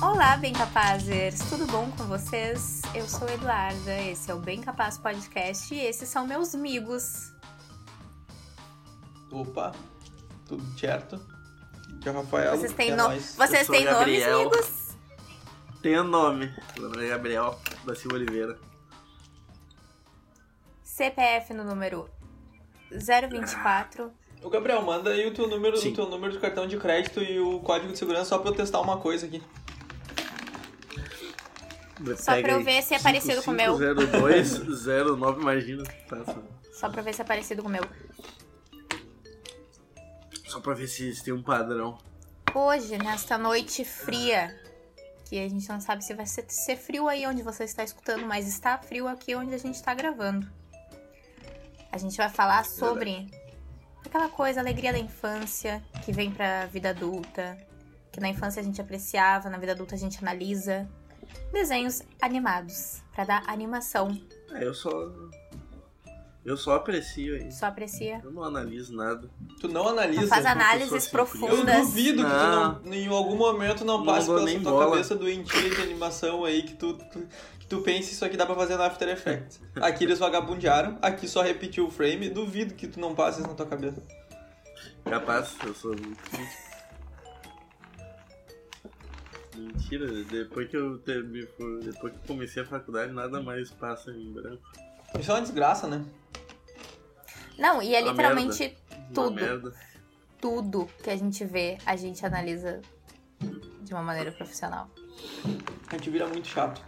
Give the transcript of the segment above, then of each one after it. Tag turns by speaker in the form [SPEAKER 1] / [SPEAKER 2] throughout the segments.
[SPEAKER 1] Olá, bem capazers! Tudo bom com vocês? Eu sou Eduarda, esse é o Bem Capaz Podcast e esses são meus amigos.
[SPEAKER 2] Opa, tudo certo? Aqui é o Rafael.
[SPEAKER 1] vocês
[SPEAKER 2] que
[SPEAKER 1] têm,
[SPEAKER 2] é
[SPEAKER 1] no...
[SPEAKER 2] nóis.
[SPEAKER 1] vocês
[SPEAKER 3] sou o
[SPEAKER 1] têm nomes,
[SPEAKER 3] Gabriel.
[SPEAKER 1] amigos?
[SPEAKER 3] Tem nome. Meu nome é Gabriel da Silva Oliveira.
[SPEAKER 1] CPF no número 024.
[SPEAKER 2] O Gabriel, manda aí o teu número,
[SPEAKER 3] Sim.
[SPEAKER 2] o teu número de cartão de crédito e o código de segurança só pra eu testar uma coisa aqui.
[SPEAKER 1] Só pra eu ver se é parecido com o meu.
[SPEAKER 3] 0209, imagina. Tá, só,
[SPEAKER 1] Só pra ver se é parecido com o meu.
[SPEAKER 3] só pra ver se, se tem um padrão.
[SPEAKER 1] Hoje, nesta noite fria, que a gente não sabe se vai ser, ser frio aí onde você está escutando, mas está frio aqui onde a gente está gravando. A gente vai falar sobre aquela coisa, a alegria da infância, que vem pra vida adulta, que na infância a gente apreciava, na vida adulta a gente analisa. Desenhos animados, pra dar animação.
[SPEAKER 3] É, eu só. Eu só aprecio isso.
[SPEAKER 1] Só aprecia.
[SPEAKER 3] Eu não analiso nada.
[SPEAKER 2] Tu não analisa.
[SPEAKER 1] Não faz
[SPEAKER 3] eu sou
[SPEAKER 1] análises
[SPEAKER 3] assim,
[SPEAKER 2] eu
[SPEAKER 1] profundas.
[SPEAKER 2] duvido que
[SPEAKER 3] Não.
[SPEAKER 2] tu não, em algum momento não
[SPEAKER 3] Não
[SPEAKER 2] passe
[SPEAKER 3] dou
[SPEAKER 2] pela
[SPEAKER 3] nem
[SPEAKER 2] tua
[SPEAKER 3] bola.
[SPEAKER 2] cabeça doentia de animação aí que tu, tu- que tu pense isso aqui dá pra fazer no After Effects. Aqui eles vagabundearam, aqui só repetiu o frame, duvido que tu não passe isso na tua cabeça.
[SPEAKER 3] Capaz, eu sou muito. Mentira, depois que eu te- me for- depois que eu comecei a faculdade, nada mais passa em branco.
[SPEAKER 2] Isso é uma desgraça, né?
[SPEAKER 1] Não, e é
[SPEAKER 3] Uma
[SPEAKER 1] literalmente Tudo.
[SPEAKER 3] Uma merda.
[SPEAKER 1] tudo que a gente vê, a gente analisa de uma maneira profissional.
[SPEAKER 2] A gente vira muito chato.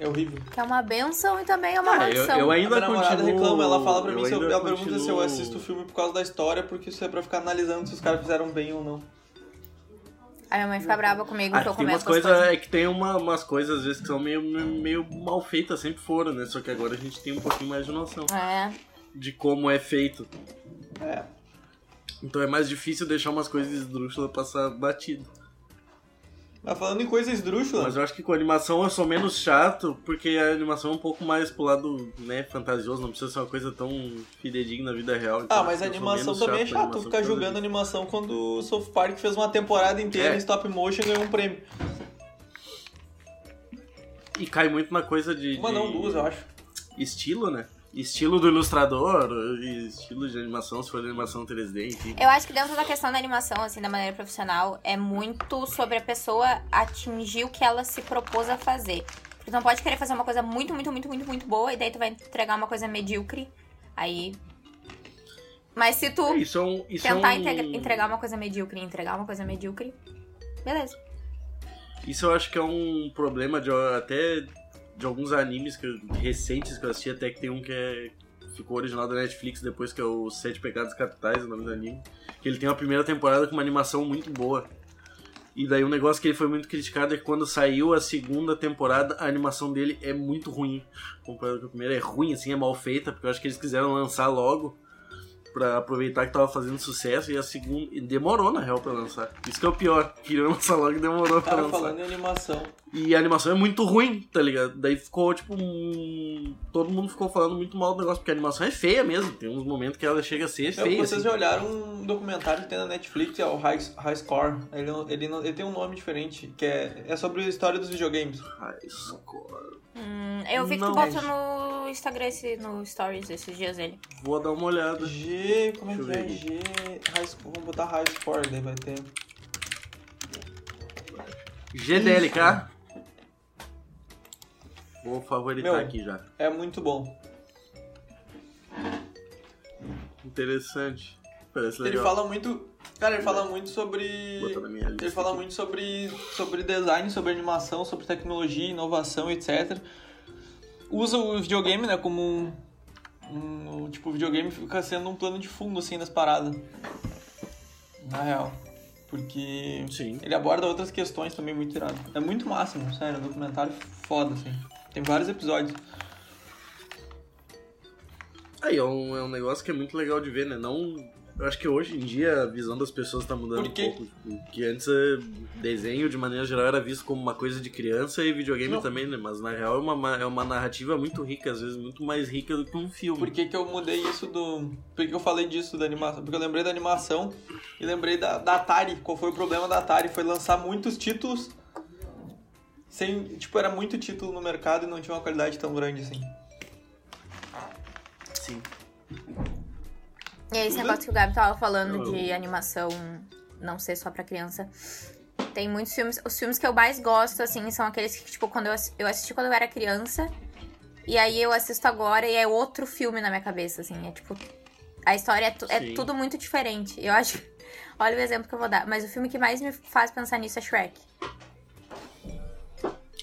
[SPEAKER 2] É horrível.
[SPEAKER 1] Que é uma benção e também é uma
[SPEAKER 3] Cara, Ah, eu,
[SPEAKER 1] maldição.
[SPEAKER 3] eu ainda
[SPEAKER 2] a minha namorada
[SPEAKER 3] continuo...
[SPEAKER 2] reclama, ela fala pra mim,
[SPEAKER 3] eu
[SPEAKER 2] se eu,
[SPEAKER 3] ainda
[SPEAKER 2] ela pergunta se eu
[SPEAKER 3] continuo-
[SPEAKER 2] assisto o filme por causa da história, porque isso é pra ficar analisando se os caras fizeram bem ou não.
[SPEAKER 1] A minha mãe fica brava comigo
[SPEAKER 3] Ah,
[SPEAKER 1] que eu
[SPEAKER 3] tem
[SPEAKER 1] começo
[SPEAKER 3] umas
[SPEAKER 1] as coisas.
[SPEAKER 3] coisas, é que tem uma- umas coisas às vezes que são meio, meio mal feitas, sempre foram, né? Só que agora a gente tem um pouquinho mais de noção
[SPEAKER 1] É,
[SPEAKER 3] de como é feito.
[SPEAKER 2] É.
[SPEAKER 3] Então é mais difícil deixar umas coisas esdrúxulas passar batido.
[SPEAKER 2] Mas falando em coisa esdrúxula,
[SPEAKER 3] Mas eu acho que com animação eu sou menos chato, porque a animação é um pouco mais pro lado, né, fantasioso, não precisa ser uma coisa tão fidedigna na vida real. então
[SPEAKER 2] Ah,
[SPEAKER 3] eu
[SPEAKER 2] mas a
[SPEAKER 3] sou
[SPEAKER 2] animação
[SPEAKER 3] menos
[SPEAKER 2] também é
[SPEAKER 3] com a
[SPEAKER 2] chato. Tu
[SPEAKER 3] animação
[SPEAKER 2] ficar
[SPEAKER 3] por causa
[SPEAKER 2] julgando animação quando o South Park fez uma temporada inteira
[SPEAKER 3] É.
[SPEAKER 2] em stop motion e ganhou um prêmio.
[SPEAKER 3] disso. E cai muito na coisa de.
[SPEAKER 2] Uma
[SPEAKER 3] de-
[SPEAKER 2] não, duas, eu acho.
[SPEAKER 3] Estilo, né? Estilo do ilustrador, e estilo de animação, se for de animação 3D, enfim.
[SPEAKER 1] eu acho que dentro da questão da animação, assim, da maneira profissional, é muito sobre a pessoa atingir o que ela se propôs a fazer. Porque tu não pode querer fazer uma coisa muito, muito, muito, muito, muito boa e daí tu vai entregar uma coisa medíocre. Aí. Mas se tu
[SPEAKER 3] Isso é um. Isso
[SPEAKER 1] tentar
[SPEAKER 3] é um...
[SPEAKER 1] integra- entregar uma coisa medíocre e entregar uma coisa medíocre, beleza.
[SPEAKER 3] Isso eu acho que é um problema de até de alguns animes que eu- recentes que eu assisti, até que tem um que é, ficou original da Netflix depois, que é o Sete Pecados Capitais, o nome do anime. Que ele tem uma primeira temporada com uma animação muito boa. E daí um negócio que ele foi muito criticado é que quando saiu a segunda temporada, a animação dele é muito ruim. Comparado com a primeira, é ruim, assim, é mal feita, porque eu acho que eles quiseram lançar logo pra aproveitar que tava fazendo sucesso e a segunda. e demorou, na real, pra lançar. Isso que é o pior. Queriam lançar logo e demorou pra
[SPEAKER 2] Cara,
[SPEAKER 3] lançar.
[SPEAKER 2] falando em animação.
[SPEAKER 3] E a animação é muito ruim, tá ligado? Daí ficou, tipo, um... todo mundo ficou falando muito mal do negócio, porque a animação é feia mesmo. Tem uns momentos que ela chega a ser
[SPEAKER 2] Eu,
[SPEAKER 3] feia.
[SPEAKER 2] vocês
[SPEAKER 3] assim.
[SPEAKER 2] já olharam um documentário que tem na Netflix, é o High, High Score. Ele, não- ele, não- ele tem um nome diferente, que é, é sobre a história dos videogames.
[SPEAKER 3] Ai, socorro.
[SPEAKER 1] Hum, eu vi que
[SPEAKER 3] Não.
[SPEAKER 1] tu botou no Instagram, esse, no Stories esses dias ele.
[SPEAKER 3] Vou dar uma olhada.
[SPEAKER 2] G, como é
[SPEAKER 3] Deixa
[SPEAKER 2] que
[SPEAKER 3] eu ver
[SPEAKER 2] é?
[SPEAKER 3] aqui.
[SPEAKER 2] G. High, Score, vamos botar High Score, daí vai ter.
[SPEAKER 3] GDLK. Vou favoritar
[SPEAKER 2] Meu.
[SPEAKER 3] aqui já.
[SPEAKER 2] É muito bom.
[SPEAKER 3] Interessante. Parece
[SPEAKER 2] Ele
[SPEAKER 3] legal.
[SPEAKER 2] fala muito. Cara, ele fala muito sobre.
[SPEAKER 3] Vou botar na minha lista
[SPEAKER 2] Ele fala
[SPEAKER 3] aqui.
[SPEAKER 2] muito sobre, sobre design, sobre animação, sobre tecnologia, inovação, etc. Usa o videogame, né, como um. um- tipo, o videogame fica sendo um plano de fundo, assim, nas paradas. Na real. Porque.
[SPEAKER 3] Sim.
[SPEAKER 2] Ele aborda outras questões também muito irado. É muito máximo, sério. É um documentário foda, assim. Tem vários episódios.
[SPEAKER 3] Aí, é um, é um negócio que é muito legal de ver, né? Não. Eu acho que hoje em dia a visão das pessoas tá mudando
[SPEAKER 2] Por
[SPEAKER 3] um
[SPEAKER 2] quê?
[SPEAKER 3] pouco. tipo, que antes eh, desenho, de maneira geral, era visto como uma coisa de criança e videogame
[SPEAKER 2] Não.
[SPEAKER 3] também, né? Mas na real é uma, é uma narrativa muito rica, às vezes muito mais rica do que um filme.
[SPEAKER 2] Por que, que eu mudei isso do. Por que eu falei disso da animação? Porque eu lembrei da animação e lembrei da, da Atari. Qual foi o problema da Atari? Foi lançar muitos títulos Sem, tipo, era muito título no mercado e não tinha uma qualidade tão grande assim.
[SPEAKER 3] Sim.
[SPEAKER 1] E aí, esse negócio que o Gabi tava falando
[SPEAKER 3] Eu-
[SPEAKER 1] de animação não ser só pra criança. Tem muitos filmes. Os filmes que eu mais gosto, assim, são aqueles que, tipo, quando eu, ass- eu assisti quando eu era criança. E aí eu assisto agora e é outro filme na minha cabeça, assim. É tipo. A história é, tu- é
[SPEAKER 3] Sim.
[SPEAKER 1] tudo muito diferente. Eu acho. Olha o exemplo que eu vou dar. Mas o filme que mais me faz pensar nisso é Shrek.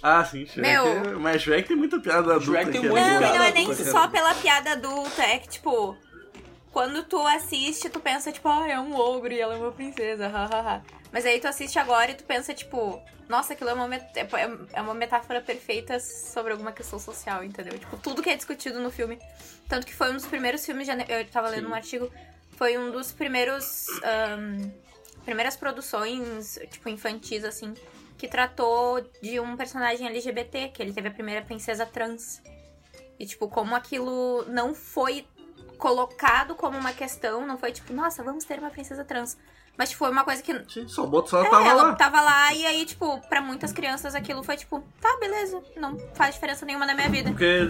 [SPEAKER 3] Ah, sim, Shrek.
[SPEAKER 1] Meu.
[SPEAKER 3] é- Mas Shrek tem muita piada adulta.
[SPEAKER 2] Shrek tem
[SPEAKER 3] que é
[SPEAKER 2] muita
[SPEAKER 4] Não,
[SPEAKER 3] boa.
[SPEAKER 4] e não é
[SPEAKER 2] piada
[SPEAKER 4] nem
[SPEAKER 2] adulta,
[SPEAKER 4] só pela piada adulta, é que tipo. Quando tu assiste, tu pensa, tipo, ah, é um ogro e ela é uma princesa, hahaha. Mas aí tu assiste agora e tu pensa, tipo, nossa, aquilo é uma, met- é- é uma metáfora perfeita sobre alguma questão social, entendeu? Tipo, tudo que é discutido no filme. Tanto que foi um dos primeiros filmes, de ane- eu tava lendo
[SPEAKER 3] Sim.
[SPEAKER 4] um artigo, foi um dos primeiros. ahn, primeiras produções, tipo, infantis, assim, que tratou de um personagem LGBT, que ele teve a primeira princesa trans. E, tipo, como aquilo não foi colocado como uma questão, não foi tipo, nossa, vamos ter uma princesa trans. Mas tipo, foi uma coisa que.
[SPEAKER 3] Sim, só bota só ela
[SPEAKER 4] é,
[SPEAKER 3] tava
[SPEAKER 4] ela
[SPEAKER 3] lá.
[SPEAKER 4] tava lá e aí, tipo, pra muitas crianças aquilo foi tipo, tá, beleza, não faz diferença nenhuma na minha vida.
[SPEAKER 3] Porque,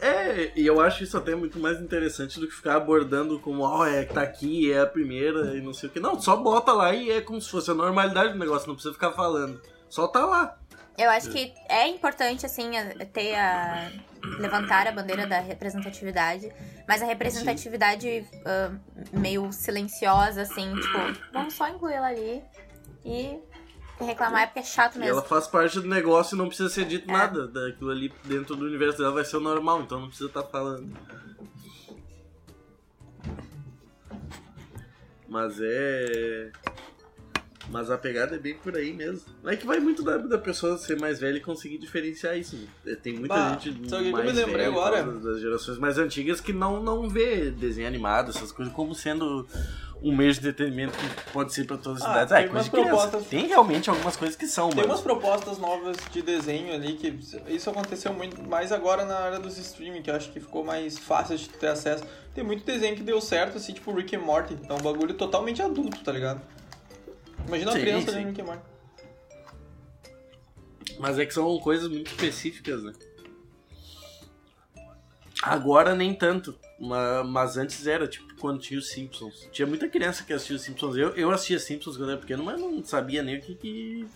[SPEAKER 3] é, e eu acho isso até muito mais interessante do que ficar abordando como, ó, é, tá aqui, é a primeira e não sei o que. Não, só bota lá e é como se fosse a normalidade do negócio, não precisa ficar falando. Só tá lá.
[SPEAKER 1] Eu acho que é importante, assim, a- ter a. levantar a bandeira da representatividade, mas a representatividade ah, meio silenciosa, assim, tipo, vamos só incluir ela ali e reclamar é porque é chato
[SPEAKER 3] E ela
[SPEAKER 1] mesmo.
[SPEAKER 3] faz parte do negócio e não precisa ser dito nada. Daquilo ali dentro do universo dela vai ser o normal, então não precisa estar falando. Mas é. Mas a pegada é bem por aí mesmo. É que vai muito da, da pessoa ser mais velha e conseguir diferenciar isso. É, Tem muita
[SPEAKER 2] Bah,
[SPEAKER 3] gente.
[SPEAKER 2] sabe o que eu
[SPEAKER 3] mais
[SPEAKER 2] me lembrei
[SPEAKER 3] velha,
[SPEAKER 2] agora?
[SPEAKER 3] Das, das gerações mais antigas que não, não vê desenho animado, essas coisas, como sendo um meio de entretenimento que pode ser pra todas as
[SPEAKER 2] Ah,
[SPEAKER 3] idades. Ah,
[SPEAKER 2] tem
[SPEAKER 3] é coisa de
[SPEAKER 2] umas
[SPEAKER 3] criança.
[SPEAKER 2] propostas.
[SPEAKER 3] Tem realmente algumas coisas que são,
[SPEAKER 2] Tem
[SPEAKER 3] mas-
[SPEAKER 2] umas propostas novas de desenho ali que isso aconteceu muito mais agora na área dos streaming, que eu acho que ficou mais fácil de ter acesso. Tem muito desenho que deu certo, assim, tipo Rick and Morty, então um bagulho totalmente adulto, tá ligado? Imagina uma
[SPEAKER 3] Sim,
[SPEAKER 2] criança
[SPEAKER 3] sim.
[SPEAKER 2] olhando Rick and Morty.
[SPEAKER 3] Mas é que são coisas muito específicas, né? Agora nem tanto, ma- mas antes era, tipo, quando tinha os Simpsons. Tinha muita criança que assistia os Simpsons. Eu, eu assistia Simpsons quando era pequeno, mas não sabia nem o que que...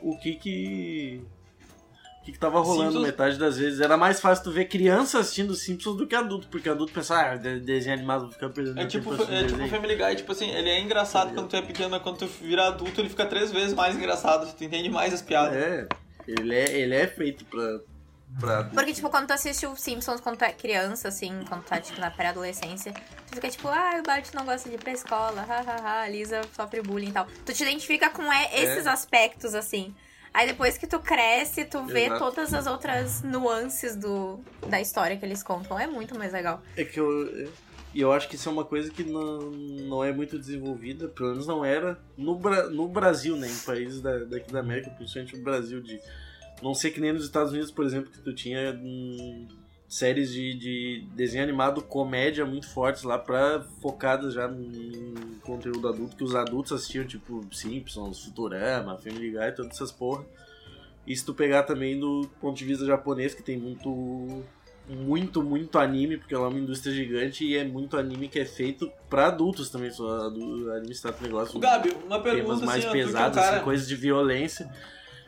[SPEAKER 3] O que que... O que, que tava rolando
[SPEAKER 2] Simpsons-
[SPEAKER 3] metade das vezes. Era mais fácil tu ver criança assistindo Simpsons do que adulto, porque adulto pensa, ah, de- desenho animado, vou ficar perdendo
[SPEAKER 2] É
[SPEAKER 3] meu
[SPEAKER 2] tipo,
[SPEAKER 3] tempo assistindo
[SPEAKER 2] é tipo
[SPEAKER 3] desenho." Tá
[SPEAKER 2] Family Guy, tipo assim, ele é engraçado quando tu é pequeno, mas quando tu vira adulto ele fica três vezes mais engraçado, tu entende mais as piadas.
[SPEAKER 3] É, ele é, ele é feito pra... pra adulto.
[SPEAKER 1] Porque, tipo, quando tu assiste os Simpsons quando tu é criança, assim, quando tu tá, tipo, na pré-adolescência, tu fica tipo, ah, o Bart não gosta de ir pra escola, hahaha, a Lisa sofre bullying e tal. Tu te identifica com é- esses aspectos, assim. Aí depois que tu cresce, tu vê
[SPEAKER 3] Exato.
[SPEAKER 1] todas as outras nuances do, da história que eles contam. É muito mais legal.
[SPEAKER 3] É que eu. E eu acho que isso é uma coisa que não, não é muito desenvolvida, pelo menos não era no, Bra- no Brasil, né? Em países da, daqui da América, principalmente no Brasil, de. Não sei que nem nos Estados Unidos, por exemplo, que tu tinha hum, séries de, de desenho animado, comédia muito fortes lá, pra, focadas já em conteúdo adulto, que os adultos assistiam, tipo Simpsons, Futurama, Family Guy, todas essas porra. E se tu pegar também do ponto de vista japonês, que tem muito muito, muito anime, porque ela é uma indústria gigante e é muito anime que é feito pra adultos também. Só adu- anime está com negócio.
[SPEAKER 2] O Gabi, uma
[SPEAKER 3] temas
[SPEAKER 2] pergunta
[SPEAKER 3] mais
[SPEAKER 2] assim, ó, tu que é um
[SPEAKER 3] pesados,
[SPEAKER 2] cara-
[SPEAKER 3] assim, coisas de violência.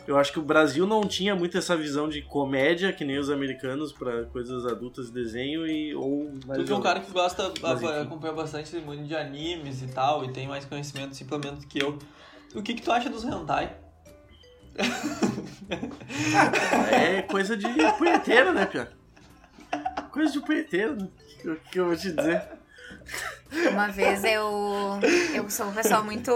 [SPEAKER 3] Eu acho que o Brasil não tinha muito essa visão de comédia, que nem os americanos, pra coisas adultas, desenho e. Ou mais
[SPEAKER 2] Tu que é um
[SPEAKER 3] violência.
[SPEAKER 2] cara que gosta,
[SPEAKER 3] Mas enfim.
[SPEAKER 2] acompanha bastante o mundo de animes e tal, e tem mais conhecimento assim, pelo menos que eu. O que que tu acha dos hentai?
[SPEAKER 3] É coisa de punheteiro, né, Pia? Coisa de punheteiro, né? O que eu vou te dizer?
[SPEAKER 1] Uma vez eu. Eu sou uma pessoa muito.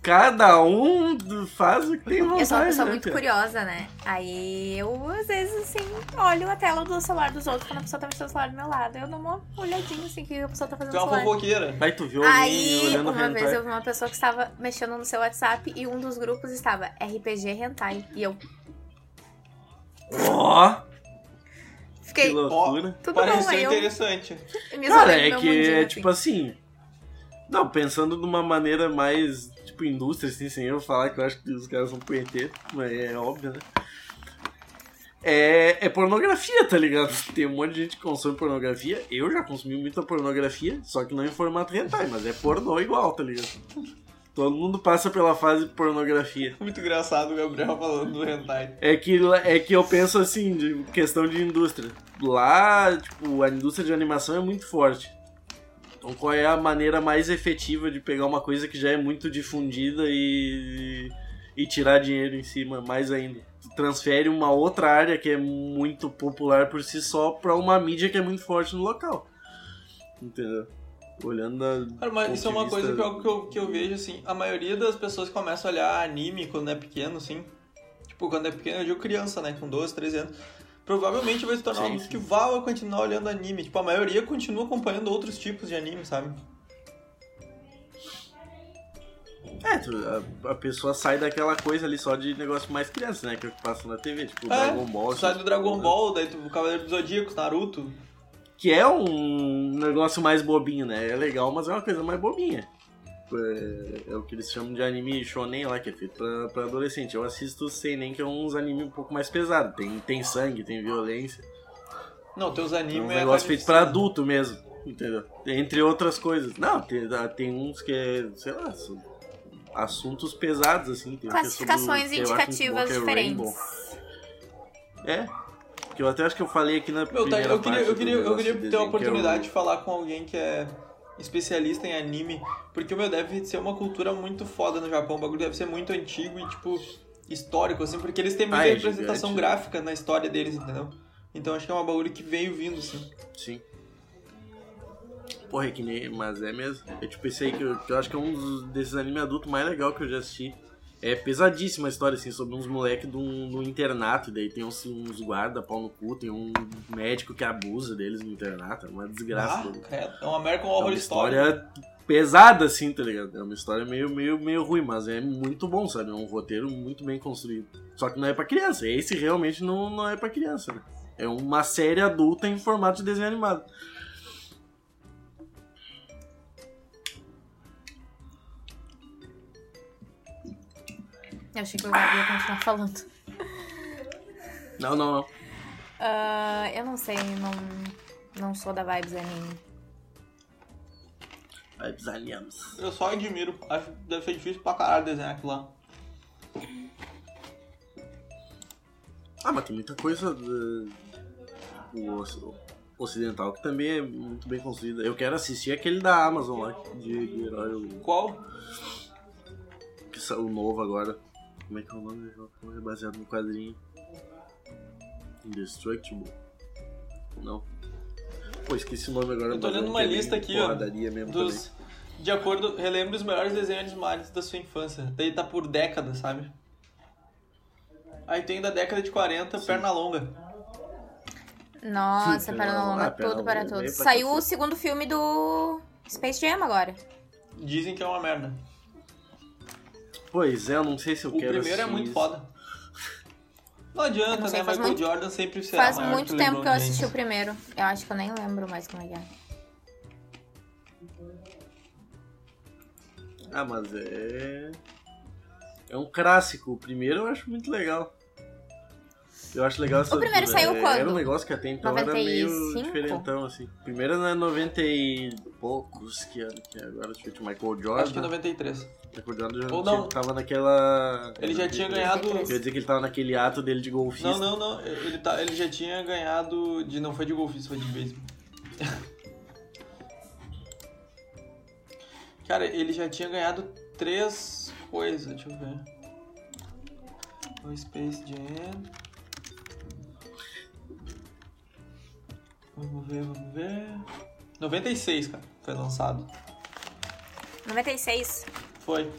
[SPEAKER 3] Cada um faz o que tem vontade.
[SPEAKER 1] Eu sou uma pessoa
[SPEAKER 3] né,
[SPEAKER 1] muito
[SPEAKER 3] Pia?
[SPEAKER 1] curiosa, né? Aí eu, às vezes, assim, olho a tela do celular dos outros quando a pessoa tá mexendo o celular do meu lado. Eu dou uma olhadinha, assim, o que a pessoa tá fazendo
[SPEAKER 2] Tu
[SPEAKER 1] no
[SPEAKER 2] é uma
[SPEAKER 1] celular.
[SPEAKER 2] fofoqueira.
[SPEAKER 3] Aí tu viu alguém
[SPEAKER 1] Aí,
[SPEAKER 3] olhando
[SPEAKER 1] uma
[SPEAKER 3] hentai.
[SPEAKER 1] vez eu vi uma pessoa que estava mexendo no seu WhatsApp e um dos grupos estava RPG Hentai. E eu
[SPEAKER 3] Ó, que
[SPEAKER 1] fiquei,
[SPEAKER 3] loucura.
[SPEAKER 1] tudo bom, aí
[SPEAKER 2] Pareceu
[SPEAKER 1] eu
[SPEAKER 2] interessante.
[SPEAKER 1] me
[SPEAKER 3] Cara,
[SPEAKER 1] isolei no
[SPEAKER 3] é
[SPEAKER 1] meu
[SPEAKER 3] que
[SPEAKER 1] mundinho,
[SPEAKER 3] é
[SPEAKER 1] assim.
[SPEAKER 3] tipo assim. Não, pensando de uma maneira mais. Tipo, tipo indústria, assim, sem eu falar que eu acho que os caras são punheteiros, mas é óbvio, né? É, é pornografia, tá ligado? Tem um monte de gente que consome pornografia. Eu já consumi muita pornografia, só que não em formato hentai, mas é pornô igual, tá ligado? Todo mundo passa pela fase de pornografia.
[SPEAKER 2] Muito engraçado o Gabriel falando do hentai.
[SPEAKER 3] É que, lá- é que eu penso assim, de questão de indústria. Lá, tipo, a indústria de animação é muito forte. Então qual é a maneira mais efetiva de pegar uma coisa que já é muito difundida e, e tirar dinheiro em cima, mais ainda? Tu transfere uma outra área que é muito popular por si só pra uma mídia que é muito forte no local. Entendeu? Olhando a...
[SPEAKER 2] Cara, mas
[SPEAKER 3] Ponto
[SPEAKER 2] isso é uma
[SPEAKER 3] de
[SPEAKER 2] coisa
[SPEAKER 3] vista-
[SPEAKER 2] que eu, que, eu, que eu vejo, assim, a maioria das pessoas começa a olhar anime quando é pequeno, assim, tipo, quando é pequeno, eu digo criança, né, com 12, 13 anos, provavelmente vai se tornar
[SPEAKER 3] Sim,
[SPEAKER 2] alguém
[SPEAKER 3] sim.
[SPEAKER 2] que vá continuar olhando anime, tipo, a maioria continua acompanhando outros tipos de anime, sabe?
[SPEAKER 3] É, tu- a, a pessoa sai daquela coisa ali só de negócio mais criança, né? Que é o que passa na TV, tipo
[SPEAKER 2] É,
[SPEAKER 3] Dragon Ball.
[SPEAKER 2] Tu sai
[SPEAKER 3] essas
[SPEAKER 2] do Dragon
[SPEAKER 3] coisas.
[SPEAKER 2] Ball, daí tu, Cavaleiro dos Zodíacos, Naruto,
[SPEAKER 3] Que é um negócio mais bobinho, né? É legal, mas é uma coisa mais bobinha. É, é o que eles chamam de anime shonen lá, que é feito pra, pra adolescente. Eu assisto sem nem que é uns anime um pouco mais pesado. Tem, tem sangue, tem violência.
[SPEAKER 2] não, teus
[SPEAKER 3] É
[SPEAKER 2] animes...
[SPEAKER 3] um
[SPEAKER 2] é
[SPEAKER 3] negócio feito pra
[SPEAKER 2] carnificina.
[SPEAKER 3] adulto mesmo, entendeu? Entre outras coisas. Não, tem, ah, tem uns que é, sei lá, são assuntos pesados, assim. Tem um que é sobre-
[SPEAKER 4] Classificações
[SPEAKER 3] que eu acho muito bom, que é
[SPEAKER 4] indicativas diferentes.
[SPEAKER 3] Rainbow. É. Que eu até acho que eu falei aqui na
[SPEAKER 2] Meu, tá,
[SPEAKER 3] primeira
[SPEAKER 2] eu queria,
[SPEAKER 3] parte
[SPEAKER 2] eu
[SPEAKER 3] do
[SPEAKER 2] queria, eu
[SPEAKER 3] negócio
[SPEAKER 2] queria
[SPEAKER 3] de
[SPEAKER 2] ter a
[SPEAKER 3] desenho, que é o-
[SPEAKER 2] oportunidade de falar com alguém que é especialista em anime, porque o meu deve ser uma cultura muito foda no Japão, o bagulho deve ser muito antigo e, tipo, histórico, assim, porque eles têm muita
[SPEAKER 3] Ah, é
[SPEAKER 2] representação
[SPEAKER 3] gigante.
[SPEAKER 2] gráfica na história deles, entendeu? Então acho que é um bagulho que veio vindo, assim.
[SPEAKER 3] Sim. Porra, é que nem. Mas é mesmo. É tipo esse aí que eu, que eu acho que é um dos- desses anime adultos mais legal que eu já assisti. É pesadíssima a história, assim, sobre uns moleques de um, de um internato. Daí tem uns, uns guarda, pau no cu, tem um médico que abusa deles no internato. É uma desgraça.
[SPEAKER 2] Ah, credo. É um American
[SPEAKER 3] é
[SPEAKER 2] Horror
[SPEAKER 3] uma
[SPEAKER 2] Story.
[SPEAKER 3] história pesada, assim, tá ligado? É uma história meio, meio, meio ruim, mas é muito bom, sabe? É um roteiro muito bem construído. Só que não é pra criança. Esse realmente não, não é pra criança, né? É uma série adulta em formato de desenho animado.
[SPEAKER 1] Eu achei que eu ia continuar falando.
[SPEAKER 3] Não, não, não.
[SPEAKER 1] Ah, eu não sei, não, não sou da vibes anime.
[SPEAKER 3] Vibes Aliens.
[SPEAKER 2] Eu só admiro. Acho que deve ser difícil pra caralho desenhar aquilo lá.
[SPEAKER 3] Ah, mas tem muita coisa do, do oc- ocidental que também é muito bem construída. Eu quero assistir aquele da Amazon lá, de, de herói, o,
[SPEAKER 2] Qual?
[SPEAKER 3] que sa- o novo agora. Como é que é o nome? É baseado no quadrinho. Indestructible? Não. Pô, esqueci o nome agora.
[SPEAKER 2] Eu tô
[SPEAKER 3] mas
[SPEAKER 2] olhando
[SPEAKER 3] é
[SPEAKER 2] uma
[SPEAKER 3] que é bem
[SPEAKER 2] lista aqui, ó,
[SPEAKER 3] porradaria mesmo também.
[SPEAKER 2] Dos... De acordo, relembra os melhores desenhos animados da sua infância. Daí tá por década, sabe? Aí tem da década de 40, perna longa.
[SPEAKER 1] Nossa,
[SPEAKER 3] Sim,
[SPEAKER 1] para
[SPEAKER 3] não,
[SPEAKER 1] longa,
[SPEAKER 3] ah, pera,
[SPEAKER 1] tudo para
[SPEAKER 3] não,
[SPEAKER 1] todos.
[SPEAKER 3] veio pra
[SPEAKER 1] Saiu o
[SPEAKER 3] cacete.
[SPEAKER 1] segundo filme do Space Jam agora.
[SPEAKER 2] Dizem que é uma merda.
[SPEAKER 3] Pois é, eu não sei se eu
[SPEAKER 2] O
[SPEAKER 3] quero
[SPEAKER 2] primeiro é
[SPEAKER 3] assistir
[SPEAKER 2] muito
[SPEAKER 3] isso.
[SPEAKER 2] foda. Não adianta,
[SPEAKER 1] Eu não sei,
[SPEAKER 2] né?
[SPEAKER 1] faz
[SPEAKER 2] Michael
[SPEAKER 1] muito-
[SPEAKER 2] Jordan sempre será
[SPEAKER 1] Faz
[SPEAKER 2] maior né?
[SPEAKER 1] muito
[SPEAKER 2] o
[SPEAKER 1] tempo que eu
[SPEAKER 2] LeBron
[SPEAKER 1] assisti o
[SPEAKER 2] James.
[SPEAKER 1] primeiro. Eu acho que eu nem lembro mais como é que é.
[SPEAKER 3] Ah, mas é. É um clássico. O primeiro eu acho muito legal. Eu acho legal essa
[SPEAKER 1] O primeiro
[SPEAKER 3] altura.
[SPEAKER 1] saiu
[SPEAKER 3] É,
[SPEAKER 1] quando?
[SPEAKER 3] Era um negócio que até então era
[SPEAKER 1] 95?
[SPEAKER 3] meio diferentão, assim. O primeiro não é 90 e poucos, que ano que é agora, tipo, o Michael Jordan.
[SPEAKER 2] Acho que é 93.
[SPEAKER 3] Michael Jordan já
[SPEAKER 2] Ou
[SPEAKER 3] tinha-
[SPEAKER 2] não.
[SPEAKER 3] tava naquela.
[SPEAKER 2] Ele já tinha ganhado.
[SPEAKER 3] Eu ia dizer que ele tava naquele ato dele de golfista.
[SPEAKER 2] Não, não, não. Ele, tá... ele já tinha ganhado. De... Não foi de golfista, foi de beisebol. Cara, ele já tinha ganhado três coisas. Deixa eu ver. O Space Jam. Vamos ver, vamos ver. 96, cara, foi lançado.
[SPEAKER 4] 96.
[SPEAKER 2] Foi.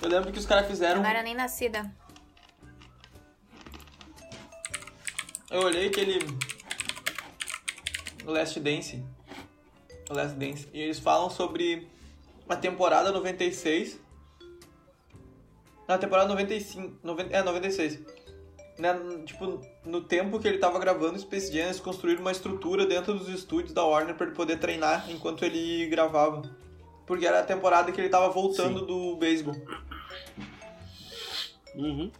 [SPEAKER 2] Eu lembro que os caras fizeram.
[SPEAKER 4] Não era nem nascida.
[SPEAKER 2] Eu olhei aquele. O Last Dance. O Last Dance. E eles falam sobre a temporada 96. Na temporada 95. noven- É, 96. Né, tipo, no tempo que ele tava gravando o Space Jam, eles construíram uma estrutura dentro dos estúdios da Warner pra ele poder treinar enquanto ele gravava. Porque era a temporada que ele tava voltando do beisebol.
[SPEAKER 3] Uhum.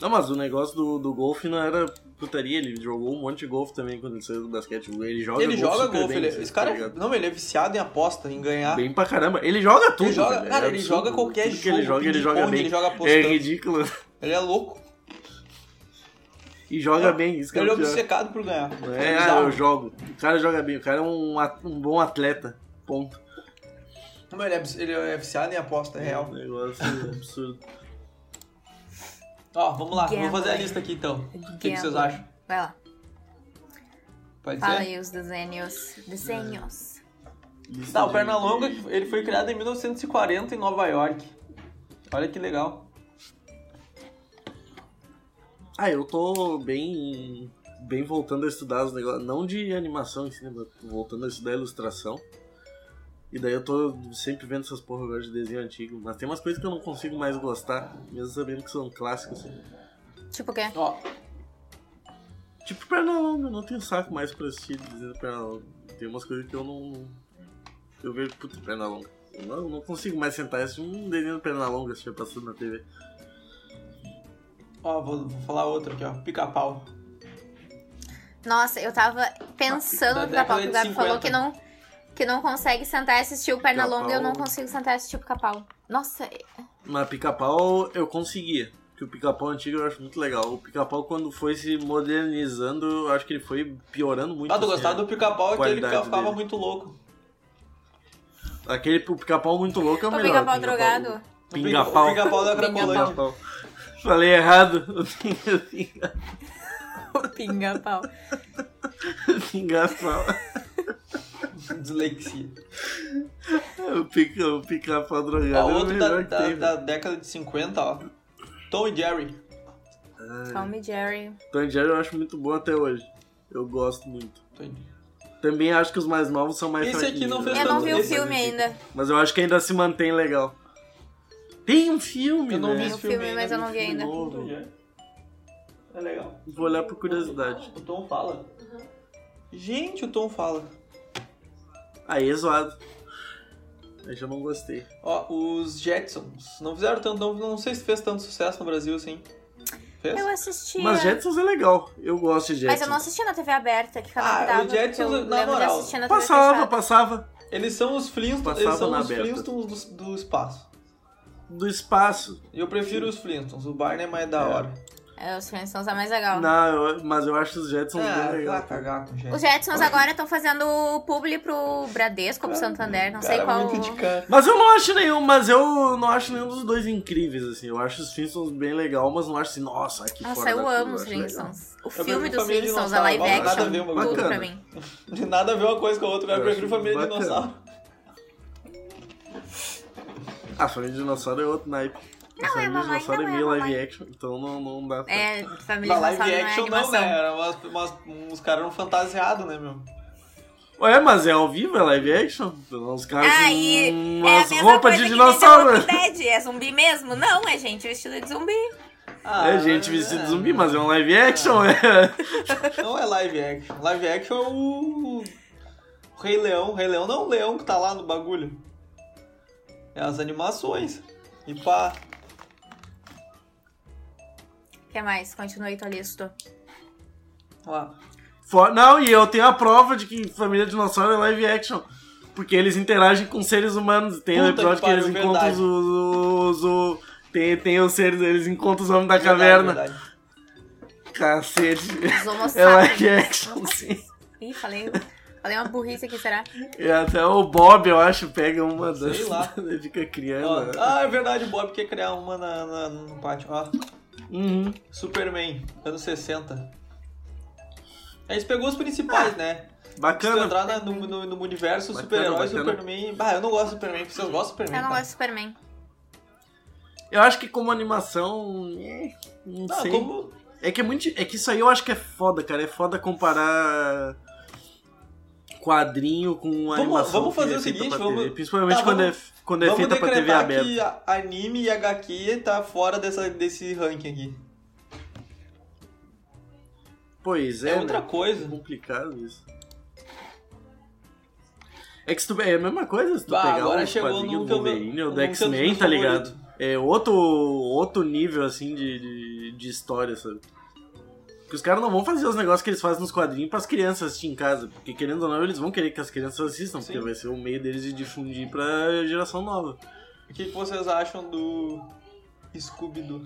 [SPEAKER 3] Não, mas o negócio do, do golfe não era putaria, ele jogou um monte de golfe também quando ele saiu do basquete. Ele joga
[SPEAKER 2] ele
[SPEAKER 3] golfe
[SPEAKER 2] joga
[SPEAKER 3] super
[SPEAKER 2] golfe,
[SPEAKER 3] bem,
[SPEAKER 2] ele-
[SPEAKER 3] assim,
[SPEAKER 2] esse
[SPEAKER 3] tá
[SPEAKER 2] cara, é-
[SPEAKER 3] ligado?
[SPEAKER 2] não, ele é viciado em aposta, em ganhar.
[SPEAKER 3] Bem pra caramba. Ele joga tudo.
[SPEAKER 2] ele joga,
[SPEAKER 3] velho, é
[SPEAKER 2] cara, ele
[SPEAKER 3] absurdo.
[SPEAKER 2] joga qualquer
[SPEAKER 3] tudo
[SPEAKER 2] jogo.
[SPEAKER 3] que ele joga, ele joga
[SPEAKER 2] ping-pong,
[SPEAKER 3] bem.
[SPEAKER 2] Ele joga
[SPEAKER 3] é
[SPEAKER 2] apostando.
[SPEAKER 3] ridículo.
[SPEAKER 2] ele é louco.
[SPEAKER 3] E joga
[SPEAKER 2] É,
[SPEAKER 3] bem, isso que
[SPEAKER 2] Ele
[SPEAKER 3] é
[SPEAKER 2] é
[SPEAKER 3] o pior.
[SPEAKER 2] obcecado por ganhar.
[SPEAKER 3] É, ah,
[SPEAKER 2] bizarro.
[SPEAKER 3] eu jogo. O cara joga bem, o cara é um, at- um bom atleta. Ponto.
[SPEAKER 2] Não, ele, é, abs- ele é viciado em aposta, é
[SPEAKER 3] Um
[SPEAKER 2] real.
[SPEAKER 3] negócio absurdo.
[SPEAKER 2] Ó, vamos lá,
[SPEAKER 1] Gambling.
[SPEAKER 2] vou fazer a lista aqui então. O que, que vocês
[SPEAKER 1] Gambling.
[SPEAKER 2] acham?
[SPEAKER 1] Vai lá.
[SPEAKER 2] Pode
[SPEAKER 3] é.
[SPEAKER 1] Fala
[SPEAKER 2] ser?
[SPEAKER 1] aí os desenhos. Desenhos.
[SPEAKER 3] Lista
[SPEAKER 2] Tá, o
[SPEAKER 3] de-
[SPEAKER 2] Pernalonga, ele foi criado em 1940 em Nova York. Olha que legal.
[SPEAKER 3] Ah, eu tô bem. bem voltando a estudar os negócios. Não de animação em si, né, mas tô voltando a estudar ilustração. E daí eu tô sempre vendo essas porra agora de desenho antigo. Mas tem umas coisas que eu não consigo mais gostar, mesmo sabendo que são clássicos. assim.
[SPEAKER 1] Tipo o quê?
[SPEAKER 2] Ó,
[SPEAKER 3] Tipo Pernalonga, eu não tenho saco mais pra assistir dizendo Pernalonga. Tem umas coisas que eu não. Eu vejo, puta, Pernalonga. Eu não, não consigo mais sentar e assistir um desenho do Pernalonga se estiver passando na TV.
[SPEAKER 2] ó vou, vou falar outro aqui, ó. Pica-pau.
[SPEAKER 1] Nossa, eu tava pensando
[SPEAKER 2] Da
[SPEAKER 1] no pica-pau.
[SPEAKER 2] década
[SPEAKER 1] que O
[SPEAKER 2] de
[SPEAKER 1] Gabi falou
[SPEAKER 2] 50.
[SPEAKER 1] que não, que não consegue sentar e assistir o Pernalonga. Eu não
[SPEAKER 3] Pica-pau.
[SPEAKER 1] consigo sentar e assistir o pica-pau. Nossa,
[SPEAKER 3] Mas pica-pau eu conseguia. Porque o pica-pau antigo eu acho muito legal. O pica-pau, quando foi se modernizando, eu acho que ele foi piorando muito.
[SPEAKER 2] Ah, tu gostava do pica-pau é que ele
[SPEAKER 3] qualidade
[SPEAKER 2] ficava
[SPEAKER 3] dele.
[SPEAKER 2] muito louco.
[SPEAKER 3] do. assim, né? Aquele o pica-pau muito louco é o
[SPEAKER 1] o
[SPEAKER 3] melhor.
[SPEAKER 1] pica-pau drogado.
[SPEAKER 3] o Pinga-pau.
[SPEAKER 2] O pica-pau da Cracolândia.
[SPEAKER 3] Pica-pau. Falei errado.
[SPEAKER 1] O
[SPEAKER 3] O pinga- pinga-
[SPEAKER 1] pinga-pau.
[SPEAKER 3] Pinga-pau.
[SPEAKER 2] Dislexia.
[SPEAKER 3] O pica- o pica-pau drogado.
[SPEAKER 2] Ó,
[SPEAKER 3] é o
[SPEAKER 2] outro tá, da,
[SPEAKER 3] melhor que
[SPEAKER 2] da-
[SPEAKER 3] tem,
[SPEAKER 2] da década de 50, ó. Tom e Jerry.
[SPEAKER 1] Tom e Jerry.
[SPEAKER 3] Tom e Jerry eu acho muito bom até hoje. Eu gosto muito.
[SPEAKER 2] Tom e-
[SPEAKER 3] Também acho que os mais novos são mais
[SPEAKER 2] Esse aqui
[SPEAKER 3] fraquinhos,
[SPEAKER 2] não
[SPEAKER 3] né?
[SPEAKER 2] fez
[SPEAKER 1] Eu não vi o
[SPEAKER 2] Esse-
[SPEAKER 1] filme ainda.
[SPEAKER 3] Mas eu acho que ainda se mantém legal. Tem um filme,
[SPEAKER 2] Eu não
[SPEAKER 3] né?
[SPEAKER 2] vi
[SPEAKER 1] Vi o
[SPEAKER 2] esse filme
[SPEAKER 1] filme,
[SPEAKER 2] ainda,
[SPEAKER 1] mas eu não vi
[SPEAKER 3] filme
[SPEAKER 1] ainda.
[SPEAKER 3] novo.
[SPEAKER 2] Tom e Jerry. É legal.
[SPEAKER 3] Vou olhar por curiosidade.
[SPEAKER 2] O Tom fala. Uhum. Gente, o Tom fala.
[SPEAKER 3] Aí é zoado. Aí já não gostei.
[SPEAKER 2] Ó, os Jetsons. Não fizeram tanto, não, não sei se fez tanto sucesso no Brasil assim. Fez?
[SPEAKER 1] Eu assistia.
[SPEAKER 3] Mas Jetsons é legal. Eu gosto de Jetsons.
[SPEAKER 1] Mas eu não assistia na TV aberta, que canal
[SPEAKER 2] Ah,
[SPEAKER 1] que dava.
[SPEAKER 2] o Jetsons,
[SPEAKER 1] porque eu
[SPEAKER 2] na
[SPEAKER 1] lembro de
[SPEAKER 2] moral,
[SPEAKER 1] assistir na TV
[SPEAKER 3] Passava,
[SPEAKER 1] fechada.
[SPEAKER 3] passava.
[SPEAKER 2] Eles são os Flintstones,
[SPEAKER 3] Passava
[SPEAKER 2] eles são
[SPEAKER 3] na
[SPEAKER 2] os
[SPEAKER 3] aberta.
[SPEAKER 2] Flintstones do, do espaço.
[SPEAKER 3] Do espaço.
[SPEAKER 2] E Eu prefiro os Flintstones, o Barney é mais da hora.
[SPEAKER 1] É, os Flintstones é mais legal.
[SPEAKER 3] Não, eu- mas eu acho os Jetsons
[SPEAKER 2] Ah,
[SPEAKER 3] bem
[SPEAKER 2] vai
[SPEAKER 3] legal.
[SPEAKER 2] cagar com
[SPEAKER 1] Os
[SPEAKER 2] gente.
[SPEAKER 1] Jetsons agora estão fazendo publi pro Bradesco, pro Santander, não sei
[SPEAKER 2] Cara,
[SPEAKER 1] qual.
[SPEAKER 2] muito de cara.
[SPEAKER 3] Mas eu não acho nenhum, mas eu não acho nenhum dos dois incríveis, assim. Eu acho os Flintstones bem legal, mas não acho assim, nossa, aqui
[SPEAKER 1] Nossa,
[SPEAKER 3] fora da
[SPEAKER 1] eu
[SPEAKER 3] curva,
[SPEAKER 1] amo os
[SPEAKER 3] acho legal.
[SPEAKER 1] Flintstones. O
[SPEAKER 2] prefiro
[SPEAKER 1] filme dos
[SPEAKER 2] Família
[SPEAKER 1] Flintstones, a live
[SPEAKER 2] Dinossauro,
[SPEAKER 1] action,
[SPEAKER 2] nada a ver uma
[SPEAKER 1] tudo
[SPEAKER 3] coisa.
[SPEAKER 1] pra mim.
[SPEAKER 2] Nada a ver uma coisa com a outra, eu,
[SPEAKER 3] Eu
[SPEAKER 2] prefiro
[SPEAKER 3] acho
[SPEAKER 2] família
[SPEAKER 3] bacana.
[SPEAKER 2] dinossauro.
[SPEAKER 3] Ah, Família de Dinossauro é outro naipe. Não, Família
[SPEAKER 1] mamãe,
[SPEAKER 3] Dinossauro
[SPEAKER 1] não
[SPEAKER 3] é
[SPEAKER 1] é
[SPEAKER 3] meio live
[SPEAKER 1] mamãe.
[SPEAKER 3] action, então não, não dá pra...
[SPEAKER 1] É, Família
[SPEAKER 2] Na live
[SPEAKER 1] Dinossauro não é
[SPEAKER 2] action não,
[SPEAKER 1] animação.
[SPEAKER 2] né? Era umas, umas, uns caras eram fantasiados, né, meu?
[SPEAKER 3] É Ué, mas é ao vivo, é live action? Então, Os caras
[SPEAKER 1] Aí,
[SPEAKER 3] com
[SPEAKER 1] é a
[SPEAKER 3] umas
[SPEAKER 1] mesma
[SPEAKER 3] roupas
[SPEAKER 1] coisa
[SPEAKER 3] de
[SPEAKER 1] que vende a
[SPEAKER 3] dinossauro.
[SPEAKER 1] Walking Dead. É zumbi mesmo? Não, é gente vestida de zumbi.
[SPEAKER 2] Ah,
[SPEAKER 3] É gente vestida de zumbi, mas é um live action, é.
[SPEAKER 2] Não é live action. Live action é o. o Rei Leão. Rei Leão não é o leão que tá lá no bagulho. É as animações. E pá.
[SPEAKER 1] O que mais? Continuei, tô listo.
[SPEAKER 2] Lá.
[SPEAKER 3] For- Não, e eu tenho a prova de que Família Dinossauro é live action. Porque eles interagem com seres humanos. Tem o
[SPEAKER 2] Puta que
[SPEAKER 3] episódio que, eles
[SPEAKER 2] pariu,
[SPEAKER 3] encontram
[SPEAKER 2] verdade.
[SPEAKER 3] os. os- os- tem, tem os seres, eles encontram os homens da caverna.
[SPEAKER 2] Verdade, verdade.
[SPEAKER 3] Cacete.
[SPEAKER 1] Os homo
[SPEAKER 3] É live
[SPEAKER 1] sapiens.
[SPEAKER 3] action, sim.
[SPEAKER 1] Ih, falei, falei uma burrice aqui, será?
[SPEAKER 3] E até o Bob, eu acho, pega uma
[SPEAKER 2] Sei
[SPEAKER 3] das.
[SPEAKER 2] lá.
[SPEAKER 3] Fica
[SPEAKER 2] Ó,
[SPEAKER 3] criando. né?
[SPEAKER 2] ah, é verdade, o Bob quer criar uma na, na- no pátio. Ó,
[SPEAKER 3] Uhum.
[SPEAKER 2] Superman, anos 60. Aí gente pegou os principais,
[SPEAKER 1] Ah.
[SPEAKER 2] né? Se tu
[SPEAKER 3] Bacana.
[SPEAKER 2] entrar na- no, no, no universo,
[SPEAKER 3] Bacana,
[SPEAKER 2] super-herói,
[SPEAKER 3] bacana.
[SPEAKER 2] Superman. Bah, eu não gosto de Superman. Vocês gostam de Superman? tá?
[SPEAKER 1] Eu não
[SPEAKER 2] cara?
[SPEAKER 1] gosto de Tá Superman.
[SPEAKER 3] Eu acho que como animação. é, Não
[SPEAKER 2] Ah,
[SPEAKER 3] sei.
[SPEAKER 2] como.
[SPEAKER 3] É que é muito. É que isso aí eu acho que é foda, cara. É foda comparar quadrinho com animação.
[SPEAKER 2] vamos
[SPEAKER 3] que
[SPEAKER 2] fazer
[SPEAKER 3] é
[SPEAKER 2] o
[SPEAKER 3] feita
[SPEAKER 2] seguinte,
[SPEAKER 3] pra
[SPEAKER 2] vamos-
[SPEAKER 3] TV, Principalmente
[SPEAKER 2] Tá,
[SPEAKER 3] quando,
[SPEAKER 2] vamos-
[SPEAKER 3] é, quando é feita pra TV aberta.
[SPEAKER 2] que a- anime e HQ tá fora dessa, desse ranking aqui.
[SPEAKER 3] Pois
[SPEAKER 2] É,
[SPEAKER 3] é.
[SPEAKER 2] outra
[SPEAKER 3] né?
[SPEAKER 2] coisa.
[SPEAKER 3] complicado isso. É que se tu, é a mesma coisa se tu
[SPEAKER 2] Bah,
[SPEAKER 3] pegar
[SPEAKER 2] agora
[SPEAKER 3] o
[SPEAKER 2] chegou
[SPEAKER 3] quadrinho
[SPEAKER 2] num
[SPEAKER 3] do
[SPEAKER 2] que eu-
[SPEAKER 3] Wolverine ou do
[SPEAKER 2] num que eu
[SPEAKER 3] X-Men,
[SPEAKER 2] sou
[SPEAKER 3] tá ligado?
[SPEAKER 2] favorito.
[SPEAKER 3] É outro, outro nível, assim, de, de, de história, sabe? Porque os caras não vão fazer os negócios que eles fazem nos quadrinhos pras crianças assistir em casa. Porque, querendo ou não, eles vão querer que as crianças assistam. Porque
[SPEAKER 2] Sim.
[SPEAKER 3] vai ser o meio deles de difundir pra geração nova.
[SPEAKER 2] O que que vocês acham do Scooby-Doo?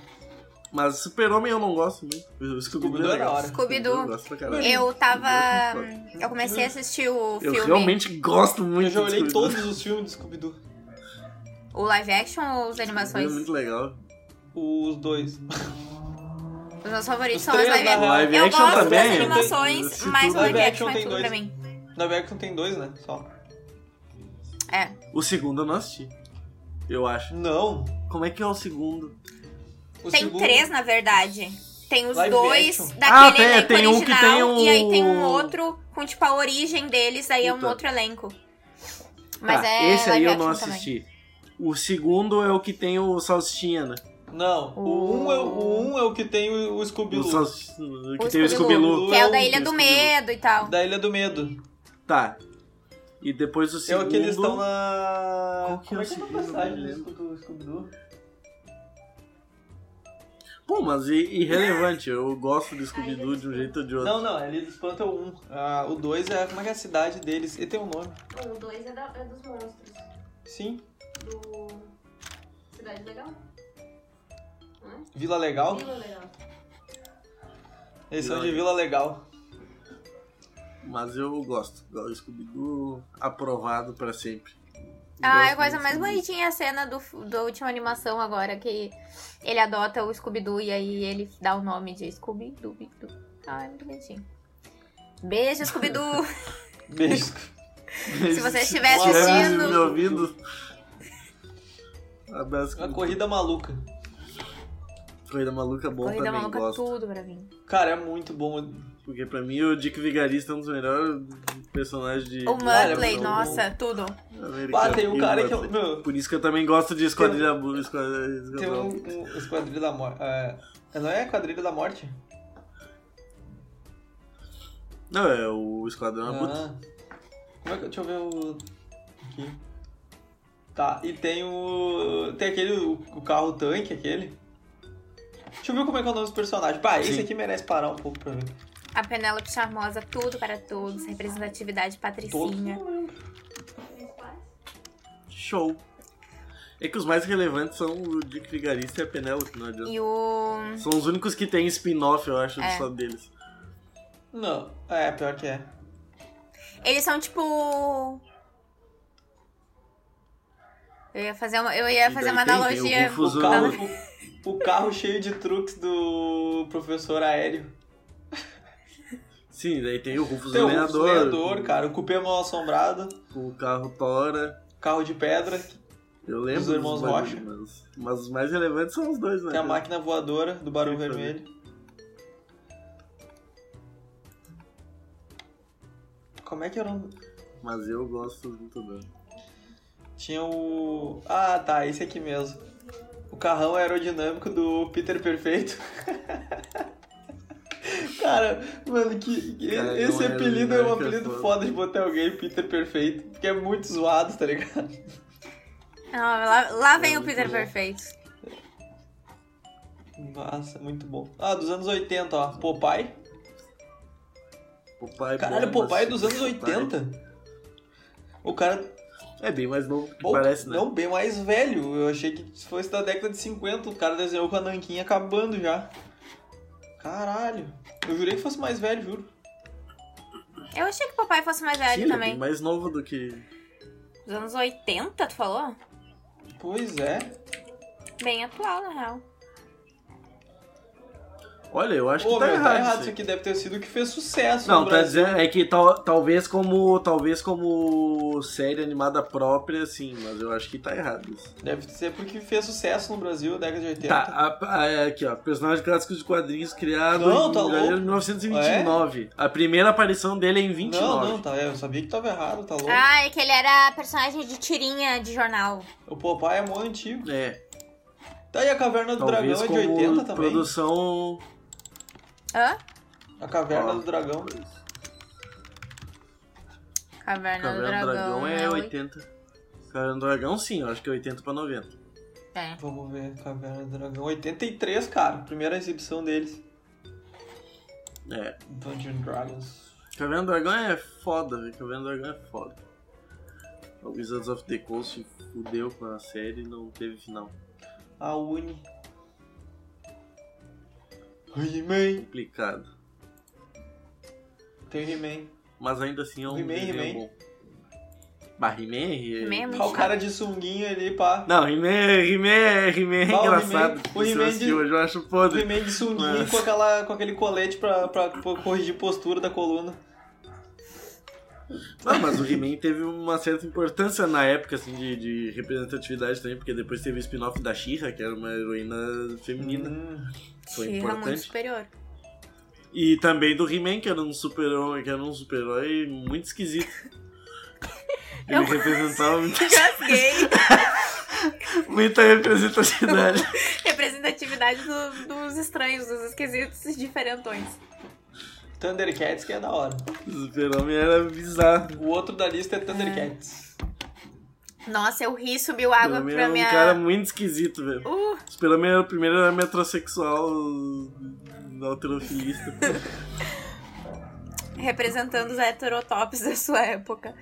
[SPEAKER 3] Mas Super-Homem eu não gosto muito. O Scoob-Doo
[SPEAKER 2] Scooby-Doo é
[SPEAKER 3] é
[SPEAKER 2] da
[SPEAKER 3] legal.
[SPEAKER 2] hora.
[SPEAKER 1] Scooby-Doo.
[SPEAKER 3] Eu gosto pra caralho.
[SPEAKER 1] Eu
[SPEAKER 3] Scooby-Doo é
[SPEAKER 1] tava.
[SPEAKER 3] muito foda.
[SPEAKER 1] Eu comecei a assistir o
[SPEAKER 3] Eu
[SPEAKER 1] filme.
[SPEAKER 3] realmente gosto muito
[SPEAKER 2] Eu já
[SPEAKER 3] do
[SPEAKER 2] olhei
[SPEAKER 3] Scooby-Doo.
[SPEAKER 2] todos os filmes do Scooby-Doo.
[SPEAKER 1] O live action ou as
[SPEAKER 3] É
[SPEAKER 1] animações?
[SPEAKER 3] muito legal.
[SPEAKER 2] Os dois.
[SPEAKER 1] Os meus favoritos
[SPEAKER 2] Os
[SPEAKER 1] são as
[SPEAKER 2] três,
[SPEAKER 1] live
[SPEAKER 2] na
[SPEAKER 1] action.
[SPEAKER 2] real.
[SPEAKER 3] Live
[SPEAKER 1] Eu
[SPEAKER 3] action
[SPEAKER 1] gosto
[SPEAKER 3] também.
[SPEAKER 1] das
[SPEAKER 3] eu-
[SPEAKER 1] animações,
[SPEAKER 3] se
[SPEAKER 1] mas o
[SPEAKER 3] tu-
[SPEAKER 2] live
[SPEAKER 1] live
[SPEAKER 2] action
[SPEAKER 1] action é
[SPEAKER 2] tem
[SPEAKER 1] tudo pra
[SPEAKER 2] dois.
[SPEAKER 1] mim.
[SPEAKER 2] Na Veracruz tem dois, né? Só.
[SPEAKER 1] É.
[SPEAKER 3] O segundo eu não assisti. Eu acho.
[SPEAKER 2] Não.
[SPEAKER 3] Como é que é o segundo?
[SPEAKER 2] O
[SPEAKER 1] Tem
[SPEAKER 2] segundo-
[SPEAKER 1] três, na verdade. Tem os
[SPEAKER 2] Live
[SPEAKER 1] dois
[SPEAKER 2] action.
[SPEAKER 1] daquele
[SPEAKER 3] Ah, tem-
[SPEAKER 1] elenco
[SPEAKER 3] tem um que
[SPEAKER 1] original
[SPEAKER 3] tem
[SPEAKER 1] e aí tem um
[SPEAKER 3] o-
[SPEAKER 1] outro com tipo a origem deles, daí é um
[SPEAKER 3] Puta.
[SPEAKER 1] outro elenco. Mas
[SPEAKER 3] Tá,
[SPEAKER 1] é
[SPEAKER 3] esse aí
[SPEAKER 1] live
[SPEAKER 3] eu não
[SPEAKER 1] action também.
[SPEAKER 3] assisti. O segundo é o que tem o Salsichinha, né?
[SPEAKER 2] Não. O um, é, o um é o que tem o, o
[SPEAKER 3] O
[SPEAKER 2] Scooby-Doo.
[SPEAKER 3] Salsi- que
[SPEAKER 1] O
[SPEAKER 3] tem
[SPEAKER 1] Scooby-Doo,
[SPEAKER 3] o Scooby-Loo.
[SPEAKER 1] Que é o da
[SPEAKER 2] Scooby-Doo.
[SPEAKER 1] Ilha do
[SPEAKER 3] Scooby-Doo.
[SPEAKER 1] Medo e tal.
[SPEAKER 2] Da Ilha do Medo.
[SPEAKER 3] Tá. E depois o
[SPEAKER 2] É o
[SPEAKER 3] segundo...
[SPEAKER 2] que eles estão na.
[SPEAKER 3] Qual que
[SPEAKER 2] Como
[SPEAKER 3] é
[SPEAKER 2] é
[SPEAKER 3] o
[SPEAKER 2] que é uma
[SPEAKER 3] segundo?
[SPEAKER 2] passagem
[SPEAKER 3] Eu não
[SPEAKER 2] do Scooby- do Scooby-Doo?
[SPEAKER 3] Pô, mas i- irrelevante. Eu gosto do Scooby-Doo de um jeito ou de outro.
[SPEAKER 2] Não, não, eles espantam o um. Ah, o dois é. Como é que é a cidade deles? Ele tem um nome.
[SPEAKER 5] O 2 é, da- é dos monstros.
[SPEAKER 2] Sim.
[SPEAKER 5] Do. Cidade Legal? Não é?
[SPEAKER 2] Vila Legal.
[SPEAKER 5] Vila Legal.
[SPEAKER 2] Eles são
[SPEAKER 3] Vila
[SPEAKER 2] de Vila
[SPEAKER 3] Legal.
[SPEAKER 2] Legal.
[SPEAKER 3] Mas eu gosto. O Scooby-Doo aprovado pra sempre.
[SPEAKER 1] Ah,
[SPEAKER 3] Gosto
[SPEAKER 1] a coisa
[SPEAKER 3] do
[SPEAKER 1] mais
[SPEAKER 3] Scooby-Doo.
[SPEAKER 1] bonitinha é a cena do, da última animação agora, que ele adota o Scooby-Doo e aí ele dá o nome de Scooby-Doo. Ah, é muito bonitinho. Beijo, Scooby-Doo!
[SPEAKER 2] Beijo.
[SPEAKER 1] Se você estiver
[SPEAKER 3] Se tiver
[SPEAKER 1] assistindo-
[SPEAKER 3] me ouvindo...
[SPEAKER 2] Uma
[SPEAKER 3] Abraço. Scooby-Doo.
[SPEAKER 2] corrida maluca.
[SPEAKER 3] Corrida Maluca é bom
[SPEAKER 1] Corrida
[SPEAKER 3] também,
[SPEAKER 1] maluca,
[SPEAKER 3] gosto.
[SPEAKER 1] tudo pra mim.
[SPEAKER 2] Cara, é muito bom.
[SPEAKER 3] Porque pra mim o Dick Vigarista é um dos melhores personagens de. né?
[SPEAKER 1] O Muttley,
[SPEAKER 2] muito
[SPEAKER 1] nossa, tudo.
[SPEAKER 3] americano.
[SPEAKER 2] Ah, tem um cara que. é
[SPEAKER 3] Muttley.
[SPEAKER 2] um- Meu,
[SPEAKER 3] Por isso que eu também gosto de Esquadrilha Blue.
[SPEAKER 2] tem um, um Esquadrilha da Morte. É, não é Esquadrilha da Morte?
[SPEAKER 3] Não, é o Esquadrão Abutre.
[SPEAKER 2] Ah. Como é que. Deixa eu ver o. Aqui. Tá, e tem o. Tem aquele. O, o carro tanque, aquele. Deixa eu ver como é que é o nome dos personagens. Pá, esse
[SPEAKER 3] Sim.
[SPEAKER 2] aqui merece parar um pouco pra ver.
[SPEAKER 1] A Penélope Charmosa, tudo para todos. Representatividade
[SPEAKER 2] Todos
[SPEAKER 1] patricinha.
[SPEAKER 2] não lembro.
[SPEAKER 5] Os quais?
[SPEAKER 2] Ah.
[SPEAKER 3] Show. É que os mais relevantes são o Dick Vigarista e a Penélope, não adianta.
[SPEAKER 1] E o.
[SPEAKER 3] São os únicos que tem spin-off, eu acho,
[SPEAKER 1] É.
[SPEAKER 3] só deles.
[SPEAKER 2] Não, é, pior que é.
[SPEAKER 1] Eles são tipo. Eu ia fazer uma, eu ia
[SPEAKER 3] E
[SPEAKER 1] fazer
[SPEAKER 3] daí
[SPEAKER 1] uma
[SPEAKER 3] tem- tem o
[SPEAKER 1] analogia.
[SPEAKER 2] O
[SPEAKER 3] Confuso.
[SPEAKER 2] carro, o, o carro cheio de truques do professor aéreo.
[SPEAKER 3] Sim, daí tem o Rufus
[SPEAKER 2] Tem o Rufus
[SPEAKER 3] Lenhador.
[SPEAKER 2] lenhador, cara. O cupê mal assombrado.
[SPEAKER 3] O carro Tora.
[SPEAKER 2] Carro de pedra.
[SPEAKER 3] Eu lembro.
[SPEAKER 2] Os irmãos
[SPEAKER 3] dos
[SPEAKER 2] Rocha.
[SPEAKER 3] bagulho, Mas, mas os mais relevantes são os dois, né?
[SPEAKER 2] Tem a
[SPEAKER 3] cara?
[SPEAKER 2] máquina voadora do Barão
[SPEAKER 3] Tem que
[SPEAKER 2] Vermelho. Como é que era o nome?
[SPEAKER 3] Mas eu gosto muito bem.
[SPEAKER 2] Tinha o. Ah, tá, esse aqui mesmo. O carrão aerodinâmico do Peter Perfeito. Cara, mano, que. que-
[SPEAKER 3] Cara,
[SPEAKER 2] esse
[SPEAKER 3] não é
[SPEAKER 2] apelido é um
[SPEAKER 3] aerodinâmica,
[SPEAKER 2] apelido
[SPEAKER 3] é foda.
[SPEAKER 2] foda de botar alguém, Peter Perfeito. Porque é muito zoado, tá ligado?
[SPEAKER 1] Não, lá, lá vem
[SPEAKER 3] É
[SPEAKER 1] o
[SPEAKER 3] muito
[SPEAKER 1] Peter
[SPEAKER 3] bom.
[SPEAKER 1] Perfeito.
[SPEAKER 2] Nossa, muito bom. Ah, dos anos 80, ó. Popeye.
[SPEAKER 3] Popeye
[SPEAKER 2] Caralho,
[SPEAKER 3] bom,
[SPEAKER 2] Popeye é
[SPEAKER 3] mas-
[SPEAKER 2] dos anos 80. O cara
[SPEAKER 3] É bem mais novo do que
[SPEAKER 2] Bom,
[SPEAKER 3] parece, né?
[SPEAKER 2] Não, bem mais velho. Eu achei que fosse da década de 50. O cara desenhou com a Nanquinha acabando já. Caralho. Eu jurei que fosse mais velho, juro.
[SPEAKER 1] Eu achei que o papai fosse mais
[SPEAKER 3] Sim,
[SPEAKER 1] velho
[SPEAKER 3] ele é
[SPEAKER 1] também.
[SPEAKER 3] bem mais novo do que.
[SPEAKER 1] Dos anos 80, tu falou?
[SPEAKER 2] Pois é.
[SPEAKER 1] Bem atual, na real.
[SPEAKER 3] Olha, eu acho
[SPEAKER 2] Pô,
[SPEAKER 3] que tá
[SPEAKER 2] meu,
[SPEAKER 3] errado.
[SPEAKER 2] tá errado.
[SPEAKER 3] isso
[SPEAKER 2] Isso
[SPEAKER 3] aí.
[SPEAKER 2] aqui deve ter sido o que fez sucesso.
[SPEAKER 3] Não,
[SPEAKER 2] no
[SPEAKER 3] tá
[SPEAKER 2] Brasil.
[SPEAKER 3] dizendo é que tal, talvez como talvez como série animada própria, sim, mas eu acho que tá errado isso.
[SPEAKER 2] Deve ser porque fez sucesso no Brasil na década de 80.
[SPEAKER 3] Tá, a- a- aqui ó, personagem clássico de quadrinhos criado
[SPEAKER 2] Não,
[SPEAKER 3] em
[SPEAKER 2] tá louco.
[SPEAKER 3] 1929. A primeira aparição dele é em 29.
[SPEAKER 2] Não, não, tá. é, Eu sabia que tava errado, tá louco.
[SPEAKER 1] Ah, é que ele era personagem de tirinha de jornal.
[SPEAKER 2] O Popeye é mó antigo.
[SPEAKER 3] É,
[SPEAKER 2] Tá, e a Caverna do
[SPEAKER 3] talvez
[SPEAKER 2] Dragão é de
[SPEAKER 3] como
[SPEAKER 2] 80 também.
[SPEAKER 3] produção
[SPEAKER 1] Hã?
[SPEAKER 2] A Caverna
[SPEAKER 3] Ó.
[SPEAKER 2] do Dragão.
[SPEAKER 1] Caverna do
[SPEAKER 3] Caverna do
[SPEAKER 1] Dragão. né?
[SPEAKER 3] Dragão é
[SPEAKER 1] oit-
[SPEAKER 3] 80. Caverna do Dragão, sim, eu acho que é 80 pra 90.
[SPEAKER 1] É.
[SPEAKER 2] Vamos ver, Caverna do Dragão. 83, cara. Primeira exibição deles.
[SPEAKER 3] É.
[SPEAKER 2] Dungeon Dragons.
[SPEAKER 3] Caverna do Dragão é foda, velho. Caverna do Dragão é foda. O Wizards of the Coast fudeu com a série e não teve final.
[SPEAKER 2] A Uni. O He-Man.
[SPEAKER 3] Complicado.
[SPEAKER 2] Tem o He-Man.
[SPEAKER 3] Mas ainda assim é um
[SPEAKER 2] He-Man,
[SPEAKER 3] desenho
[SPEAKER 2] He-Man.
[SPEAKER 3] bom. Mas He-Man é-
[SPEAKER 4] He-Man é muito-
[SPEAKER 2] Tá o cara de sunguinha ali, pá.
[SPEAKER 3] Não, He-Man, é- He-Man, é- He-Man é
[SPEAKER 2] Ah, o
[SPEAKER 3] engraçado.
[SPEAKER 2] He-Man- o
[SPEAKER 3] Se eu
[SPEAKER 2] He-Man
[SPEAKER 3] assistir
[SPEAKER 2] de-
[SPEAKER 3] hoje eu acho
[SPEAKER 2] O
[SPEAKER 3] podre.
[SPEAKER 2] He-Man de sunguinha
[SPEAKER 3] Mas-
[SPEAKER 2] com, aquela, com aquele colete pra, pra corrigir postura da coluna.
[SPEAKER 3] Não, mas o He-Man teve uma certa importância na época, assim, de, de representatividade também, porque depois teve o spin-off da She-Ra, que era uma heroína feminina.
[SPEAKER 2] Hum.
[SPEAKER 3] Foi
[SPEAKER 1] Xirra muito
[SPEAKER 3] importante.
[SPEAKER 1] superior.
[SPEAKER 3] E também do He-Man, que era um super-herói, que era um super-herói muito esquisito. Ele
[SPEAKER 4] Eu-
[SPEAKER 3] representava muita,
[SPEAKER 4] Gasguei.
[SPEAKER 3] muita representatividade.
[SPEAKER 4] Representatividade do- dos estranhos, dos esquisitos e diferentões.
[SPEAKER 2] Thundercats, que é da hora.
[SPEAKER 3] O super-homem era bizarro.
[SPEAKER 2] O outro da lista é Thundercats.
[SPEAKER 4] Nossa, eu ri, subiu
[SPEAKER 3] O
[SPEAKER 4] água
[SPEAKER 3] super-homem
[SPEAKER 4] pra
[SPEAKER 3] era um
[SPEAKER 4] minha.
[SPEAKER 3] cara muito esquisito, velho.
[SPEAKER 4] Uh,
[SPEAKER 3] O super-homem era o primeiro era metrosexual alterofilista.
[SPEAKER 4] representando os heterotops da sua época.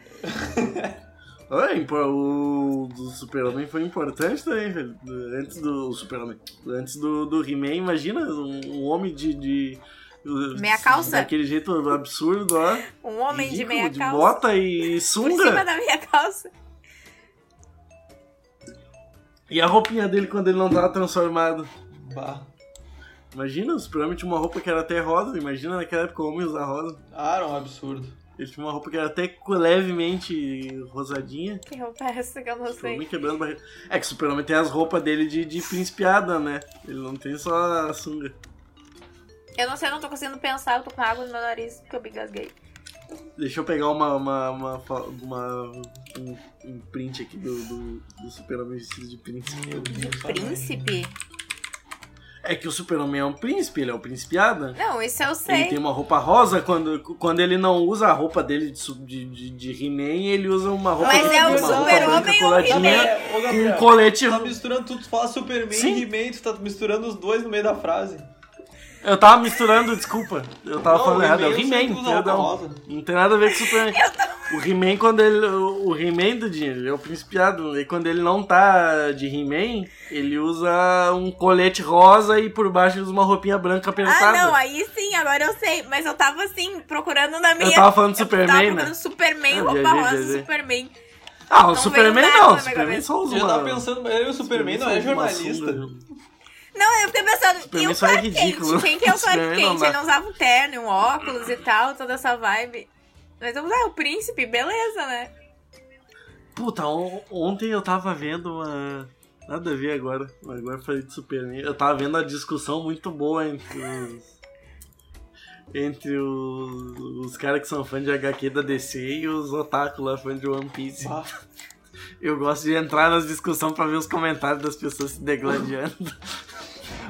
[SPEAKER 3] Ah, impo- o do Super-Homem foi importante também, velho. Antes do Super-Homem. Antes do, do He-Man, imagina um, um homem de. de
[SPEAKER 4] Meia calça?
[SPEAKER 3] Daquele jeito absurdo, ó.
[SPEAKER 4] Um homem de
[SPEAKER 3] ridículo,
[SPEAKER 4] meia calça.
[SPEAKER 3] bota e
[SPEAKER 4] por cima
[SPEAKER 3] sunga.
[SPEAKER 4] da meia calça.
[SPEAKER 3] E a roupinha dele quando ele não tava transformado.
[SPEAKER 2] Bah.
[SPEAKER 3] Imagina, o Super-Homem tinha uma roupa que era até rosa. Imagina naquela época o homem usar rosa.
[SPEAKER 2] Ah, era um absurdo.
[SPEAKER 3] Ele tinha uma roupa que era até levemente rosadinha.
[SPEAKER 4] Que roupa é essa que eu não sei?
[SPEAKER 3] Super-Homem quebrando barreira. É que o Super-Homem tem as roupas dele de, de principiada, né? Ele não tem só a sunga.
[SPEAKER 4] Eu não sei, eu não tô conseguindo pensar, eu tô com água no meu nariz porque eu me gasguei.
[SPEAKER 3] Deixa eu pegar uma, uma, uma, fa- uma- um, um print aqui do, do, do super-homem vestido de príncipe.
[SPEAKER 2] Meu Deus. sabe?
[SPEAKER 4] Príncipe?
[SPEAKER 3] É que o super-homem é um príncipe, ele é um principiada.
[SPEAKER 4] Não, isso eu
[SPEAKER 3] Ele
[SPEAKER 4] sei.
[SPEAKER 3] tem uma roupa rosa, quando, quando ele não usa a roupa dele de, su- de, de, de He-Man, ele usa uma roupa
[SPEAKER 4] Mas
[SPEAKER 3] de
[SPEAKER 4] é um
[SPEAKER 3] uma roupa
[SPEAKER 4] super-homem
[SPEAKER 3] branca
[SPEAKER 4] e um
[SPEAKER 3] coladinha,
[SPEAKER 2] É, ô
[SPEAKER 3] com um
[SPEAKER 2] Gabriel,
[SPEAKER 3] colete.
[SPEAKER 2] tu tá misturando tudo, tu fala Superman
[SPEAKER 3] Sim.
[SPEAKER 2] e He-Man, tu tá misturando os dois no meio da frase.
[SPEAKER 3] Eu tava misturando, desculpa. Eu tava
[SPEAKER 2] Não,
[SPEAKER 3] falando
[SPEAKER 2] o
[SPEAKER 3] errado, é o
[SPEAKER 2] He-Man sempre
[SPEAKER 3] He-Man,
[SPEAKER 2] usa roupa
[SPEAKER 3] perdão.
[SPEAKER 2] rosa.
[SPEAKER 3] Não tem nada a ver com o Superman. O He-Man, quando ele. O o He-Man do dinheiro, ele é o principiado. E quando ele não tá de He-Man, ele usa um colete rosa e por baixo ele usa uma roupinha branca
[SPEAKER 4] Ah,
[SPEAKER 3] apertada.
[SPEAKER 4] não, aí sim, agora eu sei. Mas eu tava assim, procurando na minha.
[SPEAKER 3] Eu tava falando do
[SPEAKER 4] tava
[SPEAKER 3] Superman,
[SPEAKER 4] procurando um
[SPEAKER 3] né?
[SPEAKER 4] Superman,
[SPEAKER 3] Ah,
[SPEAKER 4] roupa
[SPEAKER 3] viajei,
[SPEAKER 4] rosa,
[SPEAKER 3] viajei.
[SPEAKER 4] Superman.
[SPEAKER 3] Ah, o
[SPEAKER 4] Não
[SPEAKER 3] Superman
[SPEAKER 4] veio nada na
[SPEAKER 3] não. O
[SPEAKER 4] minha
[SPEAKER 3] Superman
[SPEAKER 4] cabeça.
[SPEAKER 3] só usa
[SPEAKER 2] Eu
[SPEAKER 3] uma.
[SPEAKER 2] tava pensando, mas ele e o Superman não
[SPEAKER 3] só
[SPEAKER 2] é
[SPEAKER 3] usa uma sunga, né?
[SPEAKER 2] jornalista.
[SPEAKER 3] viu?
[SPEAKER 4] Não, eu fiquei pensando,
[SPEAKER 3] Superman
[SPEAKER 4] e o
[SPEAKER 3] só é
[SPEAKER 4] Clark
[SPEAKER 3] ridículo.
[SPEAKER 4] Kent? Quem que é o Clark
[SPEAKER 3] Superman não
[SPEAKER 4] Kent?
[SPEAKER 3] dá.
[SPEAKER 4] Ele não usava um terno, e um óculos e tal, toda essa vibe. Mas vamos lá, o príncipe, beleza, né?
[SPEAKER 3] Puta, on- ontem eu tava vendo uma. Nada a ver agora. Agora eu falei de Superman. Eu tava vendo a discussão muito boa entre os. Entre os, os caras que são fã de HQ da DC e os otaku lá fã de One Piece.
[SPEAKER 2] Ah,
[SPEAKER 3] Eu gosto de entrar nas discussões pra ver os comentários das pessoas se degladiando.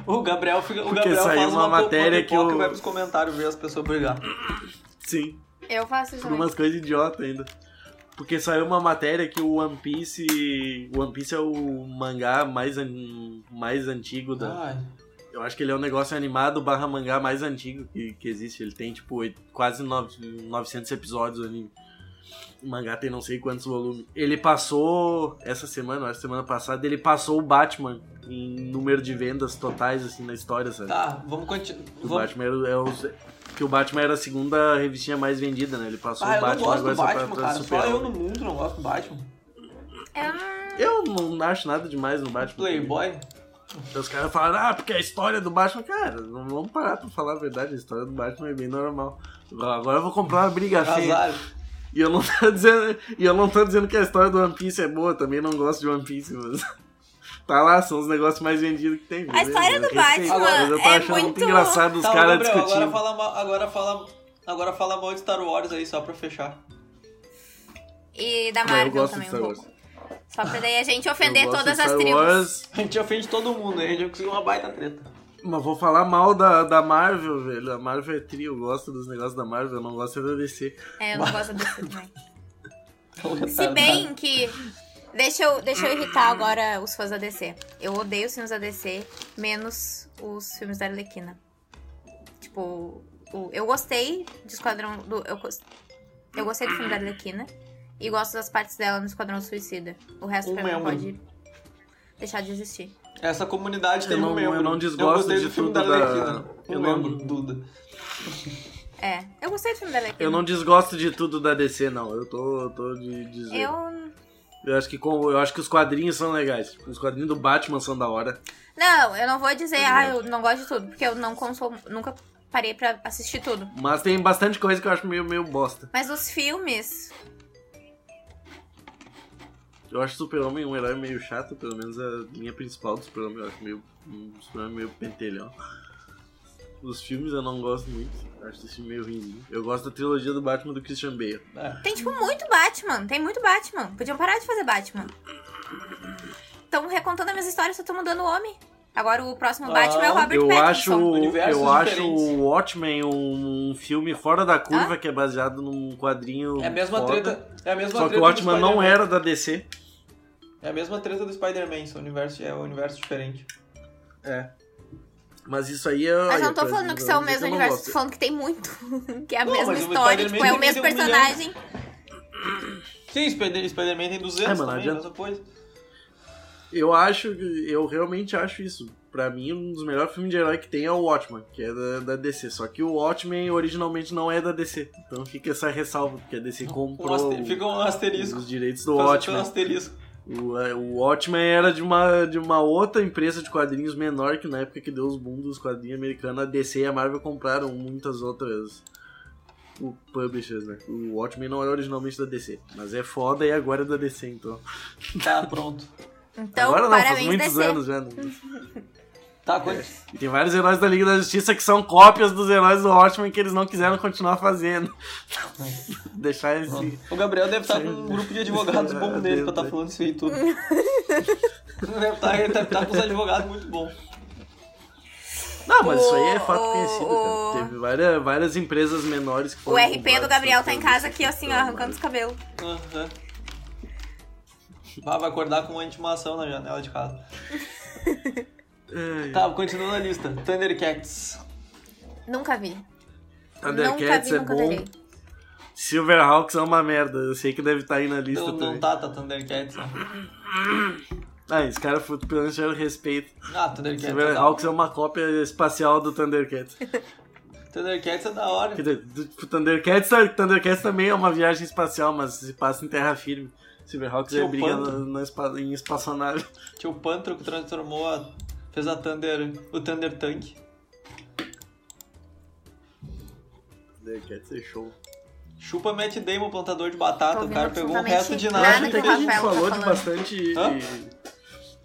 [SPEAKER 2] O Gabriel, fica, o
[SPEAKER 3] Porque
[SPEAKER 2] Gabriel
[SPEAKER 3] saiu
[SPEAKER 2] faz
[SPEAKER 3] uma
[SPEAKER 2] uma,
[SPEAKER 3] matéria que
[SPEAKER 2] pipoca
[SPEAKER 3] o-
[SPEAKER 2] e vai pros comentários ver as pessoas brigar.
[SPEAKER 3] Sim,
[SPEAKER 4] Eu faço isso
[SPEAKER 3] por
[SPEAKER 4] também.
[SPEAKER 3] umas coisas idiotas ainda. Porque saiu uma matéria que o One Piece. One Piece é o mangá mais, an- mais antigo da,
[SPEAKER 2] Ai,
[SPEAKER 3] Eu acho que ele é o negócio animado barra mangá mais antigo que, que existe. Ele tem, tipo, oito- quase nove- 900 episódios ali. O mangá tem não sei quantos volumes. Ele passou, essa semana, acho que semana passada, ele passou o Batman em número de vendas totais, assim, na história, sabe?
[SPEAKER 2] tá, vamos continuar.
[SPEAKER 3] Que o Batman era, é o- que o Batman era a segunda revistinha mais vendida, né? Ele passou
[SPEAKER 2] Ah,
[SPEAKER 3] o
[SPEAKER 2] eu não
[SPEAKER 3] Batman
[SPEAKER 2] gosto do
[SPEAKER 3] agora só
[SPEAKER 2] Batman,
[SPEAKER 3] pra, pra
[SPEAKER 2] cara. Só
[SPEAKER 3] superar.
[SPEAKER 2] eu no mundo não gosto do Batman.
[SPEAKER 3] Eu não acho nada demais no Batman.
[SPEAKER 2] Playboy.
[SPEAKER 3] Então os caras falaram, ah, porque a história do Batman, cara, não vamos parar pra falar a verdade, a história do Batman é bem normal. Agora eu vou comprar uma briga feia.
[SPEAKER 2] Azar.
[SPEAKER 3] E eu não tô dizendo, e eu não tô dizendo que a história do One Piece é boa, também não gosto de One Piece, mas. Tá lá, são os negócios mais vendidos que tem.
[SPEAKER 4] A história do Batman
[SPEAKER 3] Agora, eu tô
[SPEAKER 4] é
[SPEAKER 3] achando muito
[SPEAKER 4] muito-
[SPEAKER 3] engraçado os
[SPEAKER 2] Tá, ô,
[SPEAKER 3] caras
[SPEAKER 2] Gabriel, agora
[SPEAKER 3] discutindo.
[SPEAKER 2] fala, ma- agora, fala, agora fala mal de Star Wars aí, só pra fechar.
[SPEAKER 4] E da
[SPEAKER 3] Mas eu
[SPEAKER 4] Marvel
[SPEAKER 3] gosto
[SPEAKER 4] também
[SPEAKER 3] de Star
[SPEAKER 4] um
[SPEAKER 3] Wars.
[SPEAKER 4] pouco. Só pra daí a gente
[SPEAKER 3] Eu
[SPEAKER 4] ofender
[SPEAKER 3] gosto de
[SPEAKER 4] todas
[SPEAKER 3] Star
[SPEAKER 4] as tribos.
[SPEAKER 3] Wars,
[SPEAKER 2] A gente ofende todo mundo, né? A gente conseguiu uma baita treta.
[SPEAKER 3] mas vou falar mal da, da Marvel, velho. A Marvel é tri, eu gosto dos negócios da Marvel, eu não gosto é da DC.
[SPEAKER 4] É, eu não gosto desse também.
[SPEAKER 2] Tão
[SPEAKER 1] Se
[SPEAKER 2] Tá retardado.
[SPEAKER 1] bem que. Deixa eu, deixa eu irritar agora os fãs da DC. Eu odeio os filmes da DC, menos os filmes da Arlequina. Tipo, o- eu gostei de Esquadrão. Do, eu, gos- eu gostei do filme da Arlequina. E gosto das partes dela no Esquadrão Suicida. O resto pra
[SPEAKER 2] Uma é
[SPEAKER 1] mim
[SPEAKER 2] uma.
[SPEAKER 1] pode deixar de existir.
[SPEAKER 2] Essa comunidade
[SPEAKER 3] Eu
[SPEAKER 2] tem
[SPEAKER 3] não-
[SPEAKER 2] um membro.
[SPEAKER 3] eu não desgosto
[SPEAKER 2] gostei
[SPEAKER 3] de
[SPEAKER 2] do filme
[SPEAKER 3] tudo
[SPEAKER 2] da
[SPEAKER 3] da-
[SPEAKER 2] Arlequina.
[SPEAKER 3] eu
[SPEAKER 2] Um
[SPEAKER 3] não-
[SPEAKER 2] membro, Duda.
[SPEAKER 1] É, eu gostei do filme da Arlequina.
[SPEAKER 3] Eu não desgosto de tudo da DC, não. Eu tô, tô de dizer. Eu...
[SPEAKER 1] Eu-
[SPEAKER 3] acho que com- eu acho que os quadrinhos são legais. Tipo, Os quadrinhos do Batman são da hora.
[SPEAKER 1] Não, eu não vou dizer, ah, eu não gosto de tudo, porque eu não consumo. Nunca parei pra assistir tudo.
[SPEAKER 3] Mas tem bastante coisa que eu acho meio, meio bosta.
[SPEAKER 1] Mas os filmes.
[SPEAKER 3] Eu acho Super-Homem um herói meio chato, pelo menos a linha principal do Super-Homem. Eu acho meio. Um Super-Homem meio pentelhão. Os filmes eu não gosto muito. Eu acho esse filme meio ruimzinho. Eu gosto da trilogia do Batman do Christian Bale.
[SPEAKER 2] É.
[SPEAKER 1] Tem, tipo, muito Batman. Tem muito Batman. Podiam parar de fazer Batman. Estão recontando as minhas histórias, só tô mudando o homem. Agora o próximo
[SPEAKER 2] Ah,
[SPEAKER 1] Batman é o Robert
[SPEAKER 3] Eu acho,
[SPEAKER 1] Pattinson.
[SPEAKER 2] Universos
[SPEAKER 3] eu acho
[SPEAKER 2] diferentes.
[SPEAKER 3] o Watchmen um, um filme fora da curva que é baseado num quadrinho.
[SPEAKER 2] É a mesma
[SPEAKER 3] foda.
[SPEAKER 2] treta. É a mesma
[SPEAKER 3] Só
[SPEAKER 2] treta
[SPEAKER 3] que o
[SPEAKER 2] do
[SPEAKER 3] Watchmen não
[SPEAKER 2] Spider-Man.
[SPEAKER 3] era da DC.
[SPEAKER 2] É a mesma treta do Spider-Man, só o universo é um universo diferente.
[SPEAKER 3] É. Mas isso aí é.
[SPEAKER 1] Mas eu
[SPEAKER 3] aí,
[SPEAKER 1] não tô
[SPEAKER 3] pra-
[SPEAKER 1] falando que são o
[SPEAKER 3] pra
[SPEAKER 1] mesmo
[SPEAKER 3] dizer que eu não
[SPEAKER 1] universo, tô
[SPEAKER 3] gosto.
[SPEAKER 1] falando que tem muito. que é a
[SPEAKER 2] Não,
[SPEAKER 1] mesma
[SPEAKER 2] mas o
[SPEAKER 1] história,
[SPEAKER 2] Spider-Man
[SPEAKER 1] tipo, é o
[SPEAKER 2] tem
[SPEAKER 1] mesmo
[SPEAKER 2] 31 milhões.
[SPEAKER 1] personagem.
[SPEAKER 2] Sim, Spider- Spider-Man tem 200
[SPEAKER 3] É, mas não
[SPEAKER 2] também,
[SPEAKER 3] adianta.
[SPEAKER 2] mesma coisa.
[SPEAKER 3] Eu acho, que- eu realmente acho isso. Pra mim, um dos melhores filmes de herói que tem é o Watchmen, que é da, da DC. Só que o Watchmen originalmente não é da DC. Então fica essa ressalva, porque a DC
[SPEAKER 2] Um
[SPEAKER 3] comprou
[SPEAKER 2] aster- Fica um asterisco.
[SPEAKER 3] os direitos do
[SPEAKER 2] Faz-
[SPEAKER 3] Watchmen.
[SPEAKER 2] Um asterisco.
[SPEAKER 3] O, é, o Watchmen era de uma, de uma outra empresa de quadrinhos menor que na época que deu os booms dos quadrinhos americanos. A DC e a Marvel compraram muitas outras o publishers, né? O Watchmen não era originalmente da DC, mas é foda e agora é da DC, então.
[SPEAKER 2] Tá, pronto.
[SPEAKER 1] Então,
[SPEAKER 3] agora não, faz
[SPEAKER 1] parabéns,
[SPEAKER 3] muitos
[SPEAKER 1] DC.
[SPEAKER 3] anos já. Né? É,
[SPEAKER 2] Tá, quando...
[SPEAKER 3] E tem vários heróis da Liga da Justiça que são cópias dos heróis do Watchmen que eles não quiseram continuar fazendo. Deixar esse.
[SPEAKER 2] Pronto. O Gabriel deve estar com um
[SPEAKER 3] Sim.
[SPEAKER 2] grupo de advogados bom dele pra estar falando isso aí tudo. deve estar, ele deve estar com uns advogados muito bom.
[SPEAKER 3] Não, mas isso aí é
[SPEAKER 1] O-
[SPEAKER 3] fato conhecido,
[SPEAKER 1] o-
[SPEAKER 3] cara. Teve várias, várias empresas menores que
[SPEAKER 1] O
[SPEAKER 3] foram
[SPEAKER 1] RP do
[SPEAKER 3] compradas
[SPEAKER 1] Gabriel
[SPEAKER 3] por
[SPEAKER 1] tá em
[SPEAKER 3] todas
[SPEAKER 1] casa
[SPEAKER 3] essas
[SPEAKER 1] aqui, assim, ó,
[SPEAKER 3] pessoas,
[SPEAKER 1] arrancando os cabelos.
[SPEAKER 2] Aham. Vai, vai acordar com uma intimação na janela de casa.
[SPEAKER 3] mas-
[SPEAKER 2] Tá, continuando a lista. Thundercats.
[SPEAKER 1] Nunca vi. nunca
[SPEAKER 3] Thundercats
[SPEAKER 1] vi,
[SPEAKER 3] é
[SPEAKER 1] nunca
[SPEAKER 3] bom.
[SPEAKER 1] verei.
[SPEAKER 3] Silverhawks é uma merda. Eu sei que deve estar aí na lista
[SPEAKER 2] Não,
[SPEAKER 3] também.
[SPEAKER 2] não tá, tá Thundercats. né?
[SPEAKER 3] Ah, esse cara foi pelo menos era respeito.
[SPEAKER 2] Ah, Thundercats. é da
[SPEAKER 3] Silverhawks é uma cópia espacial do Thundercats.
[SPEAKER 2] hora. Thundercats é da hora.
[SPEAKER 3] Quer dizer, do- do Thundercats, tá- Thundercats também é uma viagem espacial, mas se passa em terra firme. Silverhawks
[SPEAKER 2] Tio
[SPEAKER 3] é briga
[SPEAKER 2] Panto.
[SPEAKER 3] na- na espa- em espaçonave.
[SPEAKER 2] Tinha o Pantro que transformou a. fez a Thunder. o Thunder Tank.
[SPEAKER 3] Thundercats é show.
[SPEAKER 2] Chupa Matt Damon, plantador de
[SPEAKER 1] Tô
[SPEAKER 2] batata. O
[SPEAKER 1] ouvindo
[SPEAKER 2] cara pegou um
[SPEAKER 1] absolutamente
[SPEAKER 2] resto de
[SPEAKER 3] Eu
[SPEAKER 1] nada
[SPEAKER 2] nada.
[SPEAKER 3] acho
[SPEAKER 1] que
[SPEAKER 3] até
[SPEAKER 1] o
[SPEAKER 3] que a gente
[SPEAKER 1] Rafael tá
[SPEAKER 3] falou de
[SPEAKER 1] falando.
[SPEAKER 3] bastante.
[SPEAKER 2] Hã?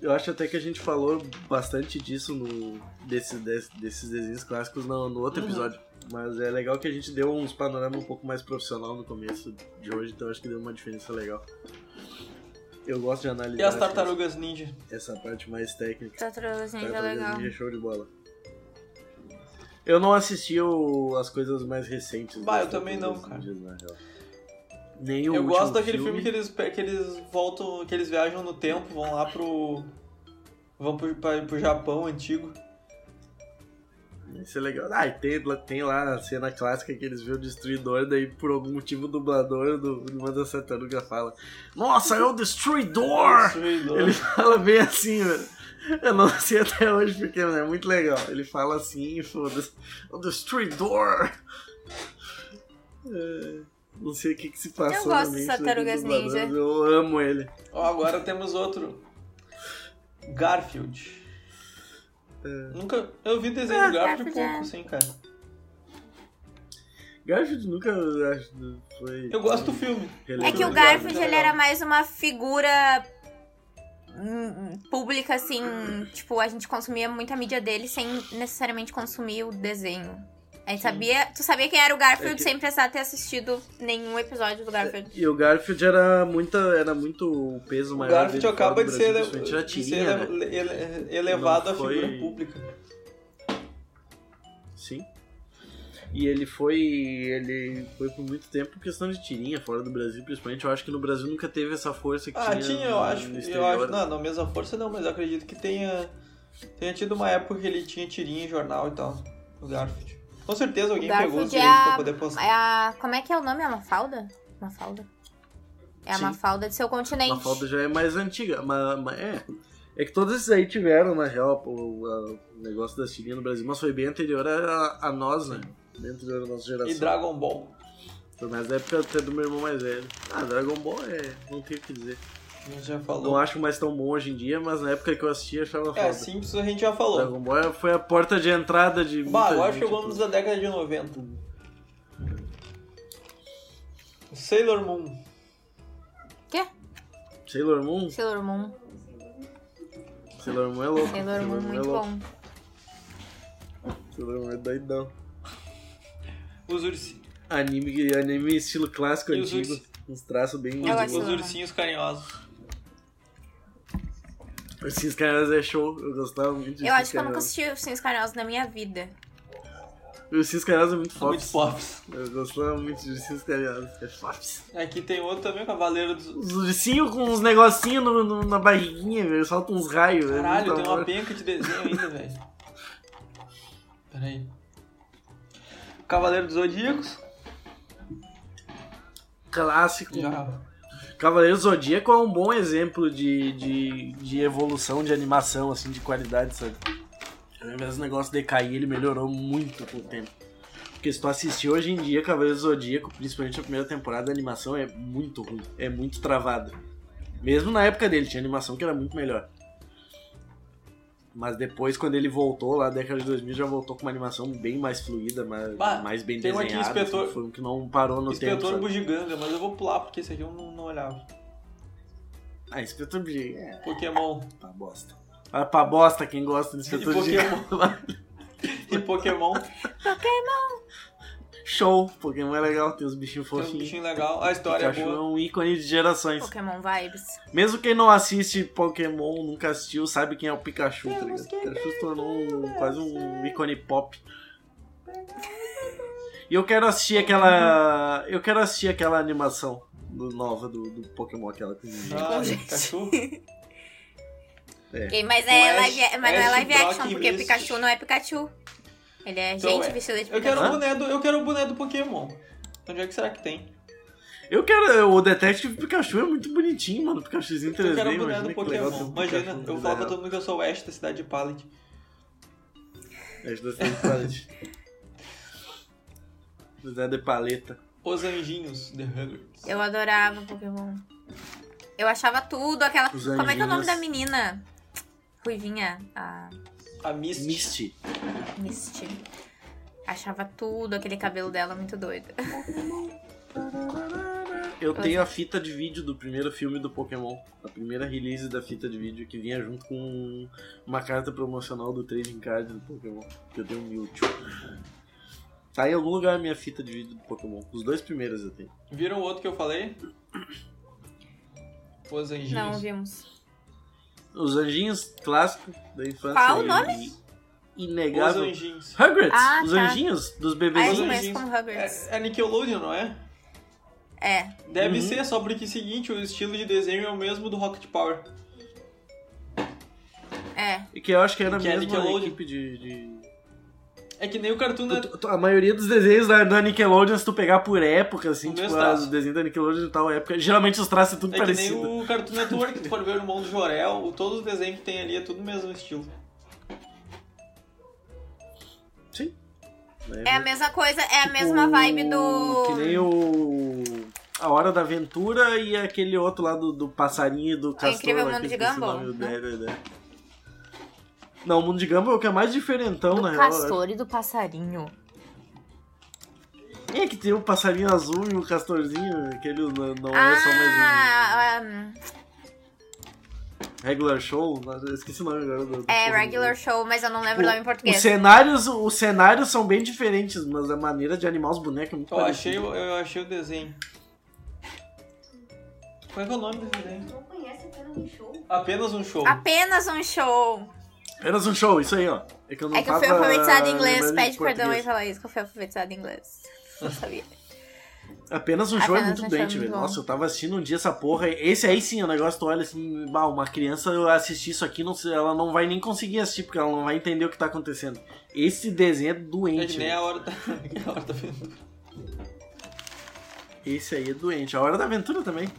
[SPEAKER 3] Eu acho até que a gente falou bastante disso no, desse, desse- desses desenhos clássicos no, no outro
[SPEAKER 2] Uhum.
[SPEAKER 3] episódio. Mas é legal que a gente deu uns panorama um pouco mais profissional no começo de hoje, então acho que deu uma diferença legal. Eu gosto de analisar
[SPEAKER 2] E as
[SPEAKER 3] essa-
[SPEAKER 2] tartarugas ninja.
[SPEAKER 3] essa parte mais técnica.
[SPEAKER 1] Tá trazendo, é
[SPEAKER 3] Tartarugas
[SPEAKER 1] legal.
[SPEAKER 3] Ninja, show de bola. Eu não assisti o- as coisas mais recentes.
[SPEAKER 2] Bah,
[SPEAKER 3] das
[SPEAKER 2] eu também não,
[SPEAKER 3] Tartarugas Ninjas, na real. Nem o
[SPEAKER 2] Eu
[SPEAKER 3] último
[SPEAKER 2] gosto daquele filme,
[SPEAKER 3] filme
[SPEAKER 2] que, eles, pe- que eles voltam, que eles viajam no tempo, vão lá pro. vão pro, pra- pro Japão antigo.
[SPEAKER 3] Isso é legal. Ah, e tem, lá- tem lá a cena clássica que eles vê o destruidor, daí por algum motivo o dublador do de uma das tartarugas fala: Nossa, é o destruidor!
[SPEAKER 2] Destruidor.
[SPEAKER 3] Ele fala bem assim, velho. Eu não sei até hoje porque mas é muito legal. Ele fala assim, foda-se. O destruidor! É, não sei o que, que se passou.
[SPEAKER 1] Eu
[SPEAKER 3] na
[SPEAKER 1] gosto dos
[SPEAKER 3] mente daquele
[SPEAKER 1] Tartarugas
[SPEAKER 3] dublador,
[SPEAKER 1] Ninja.
[SPEAKER 3] mas Eu amo ele.
[SPEAKER 2] Ó, agora temos outro. Garfield.
[SPEAKER 3] É.
[SPEAKER 2] Nunca. Eu vi desenho do Garfield
[SPEAKER 1] Ah, Garfield, é.
[SPEAKER 2] pouco, sim, cara.
[SPEAKER 3] Garfield nunca eu acho, foi. um
[SPEAKER 2] Eu gosto do filme.
[SPEAKER 1] É que o
[SPEAKER 3] relevante.
[SPEAKER 1] Garfield ele era mais uma figura hum, pública, assim, tipo, a gente consumia muita mídia dele sem necessariamente consumir o desenho. A gente sabia, tu sabia quem era o Garfield
[SPEAKER 3] É que-
[SPEAKER 1] sem precisar ter assistido nenhum episódio do Garfield.
[SPEAKER 3] E o Garfield era, muita, era muito o peso
[SPEAKER 2] O
[SPEAKER 3] maior.
[SPEAKER 2] Garfield
[SPEAKER 3] dele fora
[SPEAKER 2] acaba
[SPEAKER 3] do
[SPEAKER 2] de ser,
[SPEAKER 3] Brasil,
[SPEAKER 2] ele-
[SPEAKER 3] principalmente na
[SPEAKER 2] de ser
[SPEAKER 3] tirinha,
[SPEAKER 2] ele-
[SPEAKER 3] né?
[SPEAKER 2] ele- elevado
[SPEAKER 3] Não
[SPEAKER 2] à figura
[SPEAKER 3] foi-
[SPEAKER 2] pública.
[SPEAKER 3] Sim. E ele foi. Ele foi por muito tempo questão de tirinha, fora do Brasil, principalmente. Eu acho que no Brasil nunca teve essa força que
[SPEAKER 2] Ah,
[SPEAKER 3] tinha.
[SPEAKER 2] tinha,
[SPEAKER 3] no-
[SPEAKER 2] eu acho.
[SPEAKER 3] no
[SPEAKER 2] Eu
[SPEAKER 3] exterior.
[SPEAKER 2] acho. Não, na mesma força não, mas eu acredito que tenha. Tenha tido uma época que ele tinha tirinha em jornal e tal. O Garfield. Com certeza alguém pegou os
[SPEAKER 1] Garfield é
[SPEAKER 2] direitos
[SPEAKER 1] a-
[SPEAKER 2] pra poder postar.
[SPEAKER 1] É a. Como é que é o nome? É Mafalda? Mafalda. É a
[SPEAKER 2] Sim.
[SPEAKER 1] Mafalda de seu continente.
[SPEAKER 3] A falta já é mais antiga, mas, mas é. É que todos esses aí tiveram, na real, o, a- o negócio da tirinha no Brasil, mas foi bem anterior a, a nós, né? Bem anterior à nossa
[SPEAKER 2] E
[SPEAKER 3] geração.
[SPEAKER 2] Dragon Ball.
[SPEAKER 3] Foi mais da época até do meu irmão mais velho. Ah, Dragon Ball é. Não tem o que dizer.
[SPEAKER 2] A gente já
[SPEAKER 3] Não
[SPEAKER 2] falou.
[SPEAKER 3] acho mais tão bom hoje em dia, mas na época que eu assistia achava
[SPEAKER 2] É,
[SPEAKER 3] falta.
[SPEAKER 2] Simpsons a gente já falou.
[SPEAKER 3] Dragon Ball foi a porta de entrada de.
[SPEAKER 2] Bah,
[SPEAKER 3] muita
[SPEAKER 2] agora
[SPEAKER 3] gente,
[SPEAKER 2] chegamos
[SPEAKER 3] tipo.
[SPEAKER 2] na década de 90. Sailor Moon.
[SPEAKER 3] Sailor Moon?
[SPEAKER 1] Sailor Moon.
[SPEAKER 3] Sailor Moon é louco.
[SPEAKER 1] Sailor Moon, muito
[SPEAKER 3] é louco.
[SPEAKER 1] bom.
[SPEAKER 3] Sailor Moon é doidão.
[SPEAKER 2] Os, ursi...
[SPEAKER 3] Anime, anime estilo clássico
[SPEAKER 2] E os
[SPEAKER 3] antigo.
[SPEAKER 2] ursi-
[SPEAKER 3] Uns traços bem.
[SPEAKER 1] Eu gosto
[SPEAKER 2] os,
[SPEAKER 1] de Sailor Moon.
[SPEAKER 2] ursinhos carinhosos.
[SPEAKER 3] Esses caras é show, eu gostava muito de
[SPEAKER 1] Eu acho que eu
[SPEAKER 3] Ciscaras.
[SPEAKER 1] nunca assisti os Sims Carinhosos na minha vida.
[SPEAKER 3] Os Ciscaras é muito
[SPEAKER 2] São Tá Muito
[SPEAKER 3] fops.
[SPEAKER 2] pops.
[SPEAKER 3] Eu gostava muito de Ciscaras. É fops.
[SPEAKER 2] Aqui tem outro também, Cavaleiro dos.
[SPEAKER 3] Os ursinhos com uns negocinhos no- no- na barriguinha, velho. Solta uns raios. é
[SPEAKER 2] Caralho,
[SPEAKER 3] muito
[SPEAKER 2] tem
[SPEAKER 3] da hora.
[SPEAKER 2] uma penca de desenho ainda, velho. Peraí. Cavaleiro dos Zodíacos.
[SPEAKER 3] Clássico.
[SPEAKER 2] Já.
[SPEAKER 3] Cavaleiro do Zodíaco é um bom exemplo de, de, de evolução de animação, assim, de qualidade, sabe? Ao invés do negócio decair, ele melhorou muito com o tempo. Porque se tu assistir hoje em dia Cavaleiro do Zodíaco, principalmente a primeira temporada, a animação é muito ruim, é muito travada. Mesmo na época dele, tinha animação que era muito melhor. Mas depois, quando ele voltou lá, na década de 2000, já voltou com uma animação bem mais fluida, mais,
[SPEAKER 2] Bah,
[SPEAKER 3] mais bem
[SPEAKER 2] tem um aqui,
[SPEAKER 3] desenhada. assim,
[SPEAKER 2] Inspetor-
[SPEAKER 3] Foi um que não parou no tempo.
[SPEAKER 2] Inspetor
[SPEAKER 3] sabe?
[SPEAKER 2] Bugiganga, mas eu vou pular porque esse aqui eu não, não olhava.
[SPEAKER 3] Ah, Inspetor Bugiganga. é.
[SPEAKER 2] Pokémon.
[SPEAKER 3] Pra bosta. Vai pra bosta quem gosta de
[SPEAKER 2] E
[SPEAKER 3] inspetor de
[SPEAKER 2] Pokémon. e Pokémon. é
[SPEAKER 3] Show! Pokémon é legal, tem os bichinhos
[SPEAKER 2] Tem um
[SPEAKER 3] fofinhos.
[SPEAKER 2] bichinho legal. A história é
[SPEAKER 3] Pikachu é
[SPEAKER 2] boa.
[SPEAKER 3] um ícone de gerações.
[SPEAKER 1] Pokémon Vibes.
[SPEAKER 3] Mesmo quem não assiste Pokémon, nunca assistiu, sabe quem é o Pikachu, tá ligado? O Pikachu se tornou um- quase um ícone pop. E eu quero assistir aquela. Eu quero assistir aquela animação do- nova do, do Pokémon, aquela que.
[SPEAKER 2] Ah, Pikachu.
[SPEAKER 1] Ok, Mas é,
[SPEAKER 2] Ash-
[SPEAKER 1] live, mas não é
[SPEAKER 2] Ash,
[SPEAKER 1] live
[SPEAKER 2] Brock
[SPEAKER 1] action,
[SPEAKER 2] e
[SPEAKER 1] porque
[SPEAKER 2] Misty.
[SPEAKER 1] Pikachu não é Pikachu. Ele é
[SPEAKER 2] Então
[SPEAKER 1] gente
[SPEAKER 2] é.
[SPEAKER 1] vestida de
[SPEAKER 2] Eu
[SPEAKER 1] Pikachu.
[SPEAKER 2] quero o
[SPEAKER 3] Hã?
[SPEAKER 2] boné do, eu quero o boné do Pokémon. Onde é que será que tem?
[SPEAKER 3] Eu quero. O Detective Pikachu é muito bonitinho, mano. Pikachuzinho 3D,
[SPEAKER 2] Eu quero o boné
[SPEAKER 3] imagina
[SPEAKER 2] do
[SPEAKER 3] que legal ter
[SPEAKER 2] Pokémon.
[SPEAKER 3] um
[SPEAKER 2] Imagina,
[SPEAKER 3] Pikachu
[SPEAKER 2] eu
[SPEAKER 3] na
[SPEAKER 2] falo pra
[SPEAKER 3] real.
[SPEAKER 2] todo mundo que eu sou o Ash da cidade de Pallet.
[SPEAKER 3] As duas têm palete. José de paleta.
[SPEAKER 2] Os Anjinhos, The Huggers.
[SPEAKER 1] Eu adorava Pokémon. Eu achava tudo, aquela.
[SPEAKER 3] Os
[SPEAKER 1] Como é que é o nome
[SPEAKER 3] anjinhos.
[SPEAKER 1] da menina? Ruivinha, a
[SPEAKER 2] A Misty.
[SPEAKER 3] Misty.
[SPEAKER 1] Misty. Achava tudo, aquele cabelo dela muito doido.
[SPEAKER 3] Eu tenho a fita de vídeo do primeiro filme do Pokémon. A primeira release da fita de vídeo que vinha junto com uma carta promocional do trading card do Pokémon. Que eu tenho um Mewtwo. Tá em algum lugar a minha fita de vídeo do Pokémon. Os dois primeiros eu tenho.
[SPEAKER 2] Viram o outro que eu falei? Os Anjinhos.
[SPEAKER 1] Não vimos.
[SPEAKER 3] Os anjinhos clássicos da infância.
[SPEAKER 1] Qual Ah, o
[SPEAKER 3] e-
[SPEAKER 1] nome?
[SPEAKER 3] e-
[SPEAKER 2] Os
[SPEAKER 3] Inegável.
[SPEAKER 2] Anjinhos.
[SPEAKER 3] Hagrid!
[SPEAKER 1] Ah,
[SPEAKER 3] os
[SPEAKER 1] tá.
[SPEAKER 3] anjinhos dos
[SPEAKER 1] Ah, eu
[SPEAKER 2] Os
[SPEAKER 3] bebezinhos.
[SPEAKER 1] conheço
[SPEAKER 2] Anjinhos.
[SPEAKER 1] como Huggers.
[SPEAKER 2] É, é Nickelodeon, não é?
[SPEAKER 1] É.
[SPEAKER 2] Deve
[SPEAKER 3] Uhum.
[SPEAKER 2] ser, só porque seguinte, o estilo de desenho é o mesmo do Rocket Power.
[SPEAKER 1] É,
[SPEAKER 3] Que eu acho que era a
[SPEAKER 2] Que é
[SPEAKER 3] mesma
[SPEAKER 2] Nickelodeon.
[SPEAKER 3] equipe de- de...
[SPEAKER 2] É que nem o Cartoon
[SPEAKER 3] Tu-
[SPEAKER 2] Network.
[SPEAKER 3] tu- tu- A maioria dos desenhos da, da Nickelodeon, se tu pegar por época, assim,
[SPEAKER 2] Os
[SPEAKER 3] tipo,
[SPEAKER 2] meus
[SPEAKER 3] ah,
[SPEAKER 2] traços.
[SPEAKER 3] os desenhos da Nickelodeon e tal época, geralmente os traços é tudo
[SPEAKER 2] É que nem
[SPEAKER 3] parecido.
[SPEAKER 2] o Cartoon Network, tu for ver o irmão do Jorel, o- todos os desenhos que tem ali é tudo o mesmo estilo.
[SPEAKER 3] né?
[SPEAKER 1] é a mesma coisa, é a
[SPEAKER 3] Tipo,
[SPEAKER 1] mesma vibe
[SPEAKER 3] Que
[SPEAKER 1] do.
[SPEAKER 3] nem o... A Hora da Aventura e aquele outro lá do, do passarinho e do castor.
[SPEAKER 1] É Incrível
[SPEAKER 3] lá,
[SPEAKER 1] Mundo
[SPEAKER 3] que eu
[SPEAKER 1] de
[SPEAKER 3] esqueci o
[SPEAKER 1] Gumball,
[SPEAKER 3] nome
[SPEAKER 1] né?
[SPEAKER 3] dele, né? Não, o Mundo de Gumball é o que é mais diferentão, na
[SPEAKER 1] do
[SPEAKER 3] real.
[SPEAKER 1] castor e do passarinho.
[SPEAKER 3] É que tem o passarinho azul e o castorzinho, aquele não, não é só mais
[SPEAKER 1] Ah, ahn,
[SPEAKER 3] um regular show. mas eu Esqueci o nome agora. Do, do
[SPEAKER 1] é
[SPEAKER 3] porra do-
[SPEAKER 1] regular show, mas eu não lembro o
[SPEAKER 3] O-
[SPEAKER 1] nome É em
[SPEAKER 3] Os
[SPEAKER 1] português.
[SPEAKER 3] cenários, os cenários são bem diferentes, mas a maneira de animar os bonecos é muito
[SPEAKER 2] Eu achei,
[SPEAKER 3] parecida.
[SPEAKER 2] o- eu achei o desenho. Qual é, que é o nome desse desenho?
[SPEAKER 5] Não conhece apenas um show?
[SPEAKER 2] Apenas um show.
[SPEAKER 1] Apenas um show.
[SPEAKER 3] Apenas um show, isso aí, ó. É que eu não
[SPEAKER 1] É que eu fui
[SPEAKER 3] tava
[SPEAKER 1] alfabetizada em inglês.
[SPEAKER 3] lembrando de
[SPEAKER 1] Pede perdão aí
[SPEAKER 3] português.
[SPEAKER 1] falar isso, que eu fui alfabetizada em inglês. Não sabia.
[SPEAKER 3] Apenas um show é
[SPEAKER 1] Apenas
[SPEAKER 3] muito
[SPEAKER 1] um show é
[SPEAKER 3] doente,
[SPEAKER 1] muito
[SPEAKER 3] velho.
[SPEAKER 1] bom.
[SPEAKER 3] Nossa, eu tava assistindo um dia essa porra. Esse aí sim, o negócio tu olha assim, bah, uma criança assistir isso aqui, não, sei- ela não vai nem conseguir assistir, porque ela não vai entender o que tá acontecendo. Esse desenho é
[SPEAKER 2] É
[SPEAKER 3] doente.
[SPEAKER 2] que nem
[SPEAKER 3] velho.
[SPEAKER 2] a hora da, a hora da aventura.
[SPEAKER 3] Esse aí é doente. A Hora da Aventura também.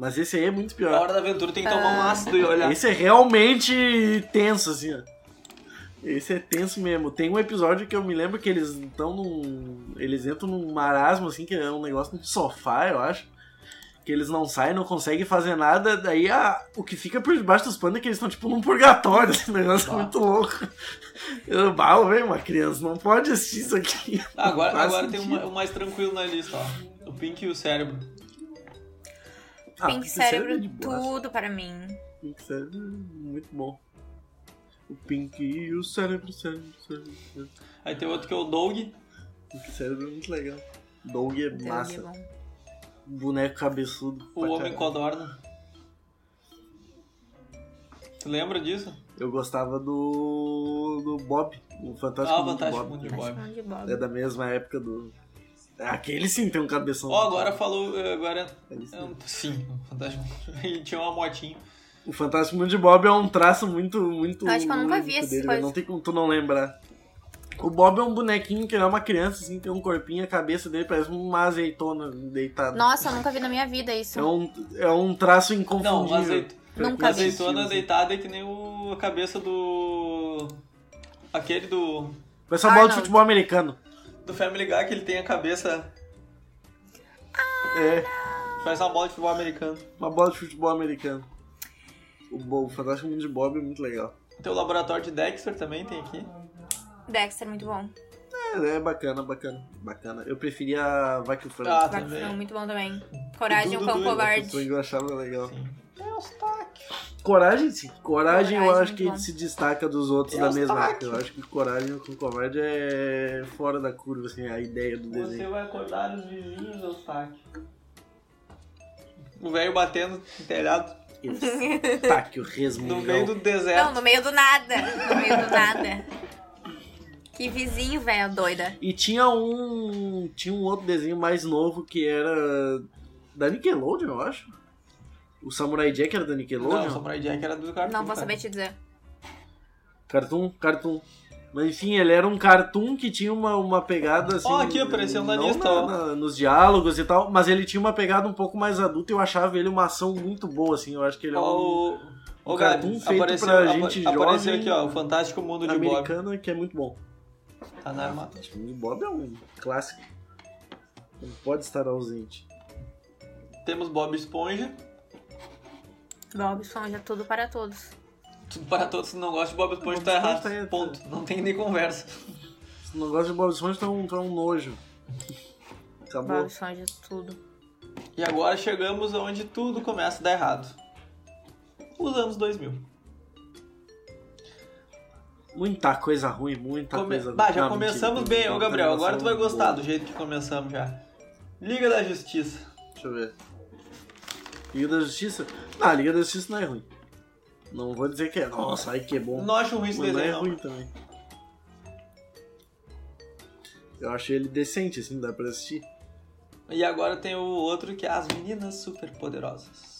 [SPEAKER 3] Mas esse aí é muito pior.
[SPEAKER 2] A hora da aventura tem que tomar um ácido e olhar.
[SPEAKER 3] Esse é realmente tenso, assim, ó. Esse é tenso mesmo. Tem um episódio que eu me lembro que eles estão num. Eles entram num marasmo, assim, que é um negócio num sofá, eu acho. Que eles não saem, não conseguem fazer nada. Daí a- o que fica por debaixo dos panos é que eles estão tipo num purgatório. Esse negócio é
[SPEAKER 2] Bah.
[SPEAKER 3] muito louco. Eu balo, velho, uma criança. Não pode assistir isso aqui.
[SPEAKER 2] Ah, agora
[SPEAKER 3] Não faz
[SPEAKER 2] agora tem um,
[SPEAKER 3] sentido.
[SPEAKER 2] ma- um mais tranquilo na lista, ó. O Pink e o cérebro.
[SPEAKER 3] Ah,
[SPEAKER 4] Pink
[SPEAKER 3] Pink Cérebro é de
[SPEAKER 4] cérebro,
[SPEAKER 3] boa.
[SPEAKER 4] tudo para mim.
[SPEAKER 3] Pink Cérebro, é muito bom. O Pink e o cérebro, cérebro, cérebro. cérebro.
[SPEAKER 2] Aí tem outro que é o Doug.
[SPEAKER 3] Porque cérebro é muito legal. Doug é
[SPEAKER 4] Deus
[SPEAKER 3] massa. Um
[SPEAKER 4] é bom.
[SPEAKER 3] Boneco cabeçudo.
[SPEAKER 2] O
[SPEAKER 3] pra
[SPEAKER 2] Homem
[SPEAKER 3] caralho.
[SPEAKER 2] Codorna. Tu lembra disso?
[SPEAKER 3] Eu gostava do. do Bob. O Fantástico,
[SPEAKER 2] Ah,
[SPEAKER 3] Mundo de
[SPEAKER 2] Fantástico
[SPEAKER 3] Bob.
[SPEAKER 2] Mundo de
[SPEAKER 4] Acho
[SPEAKER 2] Bob.
[SPEAKER 4] que não Tá de Bob.
[SPEAKER 3] É da mesma época do. É, Aquele sim tem um cabeção.
[SPEAKER 2] Ó, agora falou. eh, Agora.
[SPEAKER 3] Ele sim.
[SPEAKER 2] eh, Sim, o Fantástico. Ele tinha uma motinha.
[SPEAKER 3] O Fantástico Mundo de Bob é um traço muito, muito.
[SPEAKER 4] Eu acho que eu nunca vi
[SPEAKER 3] único
[SPEAKER 4] essas
[SPEAKER 3] dele, né?
[SPEAKER 4] coisas.
[SPEAKER 3] Não tem como tu não lembrar. O Bob é um bonequinho que ele é uma criança, assim, tem um corpinho, a cabeça dele parece uma azeitona deitada.
[SPEAKER 1] Nossa, eu nunca vi na minha vida isso.
[SPEAKER 3] É um, é um traço
[SPEAKER 2] Não,
[SPEAKER 3] inconfundível.
[SPEAKER 2] uma azeit-
[SPEAKER 1] Nunca
[SPEAKER 2] uma
[SPEAKER 1] vi.
[SPEAKER 2] azeitona
[SPEAKER 3] Assim.
[SPEAKER 2] deitada é que nem o... a cabeça do. Aquele do.
[SPEAKER 3] Parece uma bola um de
[SPEAKER 1] Arnold.
[SPEAKER 3] futebol americano.
[SPEAKER 2] Do Family Guy que ele tem a cabeça.
[SPEAKER 3] É.
[SPEAKER 2] Parece uma bola de futebol americano.
[SPEAKER 3] Uma bola de futebol americano. O, Bo- o Fantástico Mundo de Bob é muito legal.
[SPEAKER 2] Tem o laboratório de Dexter também, tem aqui.
[SPEAKER 4] Dexter, muito bom.
[SPEAKER 3] É, é bacana, bacana, bacana. Eu preferia a Vai que o Frango.
[SPEAKER 2] Ah,
[SPEAKER 4] Dexter,
[SPEAKER 2] também.
[SPEAKER 4] muito bom também. Coragem,
[SPEAKER 2] Dudu
[SPEAKER 4] o cão
[SPEAKER 2] doido,
[SPEAKER 3] Vai que o
[SPEAKER 4] covarde.
[SPEAKER 3] Frango eu achava legal.
[SPEAKER 2] Sim.
[SPEAKER 3] Coragem, sim. Coragem, eu
[SPEAKER 4] Coragem, é
[SPEAKER 3] acho que
[SPEAKER 4] bom.
[SPEAKER 3] se destaca dos outros
[SPEAKER 2] Eu
[SPEAKER 3] da mesma
[SPEAKER 2] saque.
[SPEAKER 3] época. Eu acho que Coragem com Covarde é fora da curva, assim, a ideia do
[SPEAKER 2] Você
[SPEAKER 3] desenho.
[SPEAKER 2] vai acordar os vizinhos, Eustáquio. O velho batendo no telhado
[SPEAKER 3] Eu taque Tá, o
[SPEAKER 2] no
[SPEAKER 3] resmungão.
[SPEAKER 2] meio do
[SPEAKER 4] Não,
[SPEAKER 2] deserto.
[SPEAKER 4] no meio do nada. No meio do nada. Que vizinho, velho, doida.
[SPEAKER 3] E tinha um. Tinha um outro desenho mais novo que era. Da Nickelodeon, eu acho. O Samurai Jack era da Nickelodeon?
[SPEAKER 2] Não, o Samurai Jack era do Cartoon.
[SPEAKER 4] Não vou
[SPEAKER 2] cara.
[SPEAKER 4] saber te dizer.
[SPEAKER 3] Cartoon, cartoon. Mas enfim, ele era um cartoon que tinha uma, uma pegada assim.
[SPEAKER 2] Ó, aqui, apareceu na
[SPEAKER 3] não
[SPEAKER 2] lista, ó.
[SPEAKER 3] nos diálogos e tal, mas ele tinha uma pegada um pouco mais adulta e eu achava ele uma ação muito boa, assim. Eu acho que ele é um
[SPEAKER 2] Ó, o,
[SPEAKER 3] um
[SPEAKER 2] o
[SPEAKER 3] cartoon
[SPEAKER 2] Gabi,
[SPEAKER 3] feito
[SPEAKER 2] apareceu,
[SPEAKER 3] pra
[SPEAKER 2] apa-
[SPEAKER 3] gente
[SPEAKER 2] apareceu
[SPEAKER 3] jovem
[SPEAKER 2] aqui, ó, o Fantástico Mundo de Bob.
[SPEAKER 3] americano que é muito bom.
[SPEAKER 2] Tá na arma.
[SPEAKER 3] Acho que o Bob é um clássico. Não pode estar ausente.
[SPEAKER 2] Temos Bob Esponja.
[SPEAKER 4] Bob Esponja, tudo para todos.
[SPEAKER 2] Tudo para todos que não gostam de Bob Esponja
[SPEAKER 3] Bob
[SPEAKER 2] tá
[SPEAKER 3] Esponja
[SPEAKER 2] errado.
[SPEAKER 3] tá errado.
[SPEAKER 2] Ponto. Não tem nem conversa.
[SPEAKER 3] Esse negócio de Bob Esponja tá um, tá um nojo. Acabou.
[SPEAKER 4] Bob Esponja, tudo.
[SPEAKER 2] E agora chegamos aonde tudo começa a dar errado. Os anos 2000.
[SPEAKER 3] Muita coisa ruim, muita
[SPEAKER 2] Come-
[SPEAKER 3] coisa
[SPEAKER 2] Bah, já
[SPEAKER 3] Não, mentira,
[SPEAKER 2] começamos
[SPEAKER 3] tem
[SPEAKER 2] bem, ô
[SPEAKER 3] muita
[SPEAKER 2] Gabriel. Agora tu vai
[SPEAKER 3] animação
[SPEAKER 2] gostar
[SPEAKER 3] boa.
[SPEAKER 2] do jeito que começamos já. Liga da Justiça.
[SPEAKER 3] Deixa eu ver. Liga da Justiça? Ah, Liga da Justiça não é ruim. Não vou dizer que é. Nossa, ai que é bom.
[SPEAKER 2] Não um acho ruim esse
[SPEAKER 3] Mas não é
[SPEAKER 2] desenho, não.
[SPEAKER 3] ruim também. Eu achei ele decente, assim, dá pra assistir.
[SPEAKER 2] E agora tem o outro que é As Meninas Superpoderosas.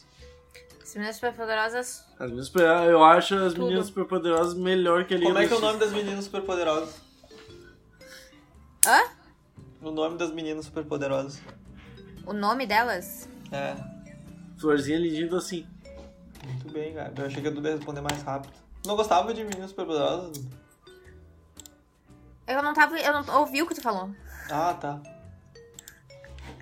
[SPEAKER 4] As meninas superpoderosas,
[SPEAKER 3] As meninas, super- eu acho as
[SPEAKER 4] Tudo.
[SPEAKER 3] meninas superpoderosas melhor que a Liga
[SPEAKER 2] Como
[SPEAKER 3] da
[SPEAKER 2] é que é o
[SPEAKER 3] Justiça.
[SPEAKER 2] nome das meninas superpoderosas?
[SPEAKER 4] Hã?
[SPEAKER 2] O nome das meninas superpoderosas.
[SPEAKER 4] o nome delas?
[SPEAKER 2] É,
[SPEAKER 3] Florzinha lindinha assim.
[SPEAKER 2] muito bem, cara. Eu achei que a Duda ia responder mais rápido. Não gostava de meninas superpoderosas?
[SPEAKER 4] Eu não tava. Eu não ouvi o que tu falou.
[SPEAKER 2] Ah, tá.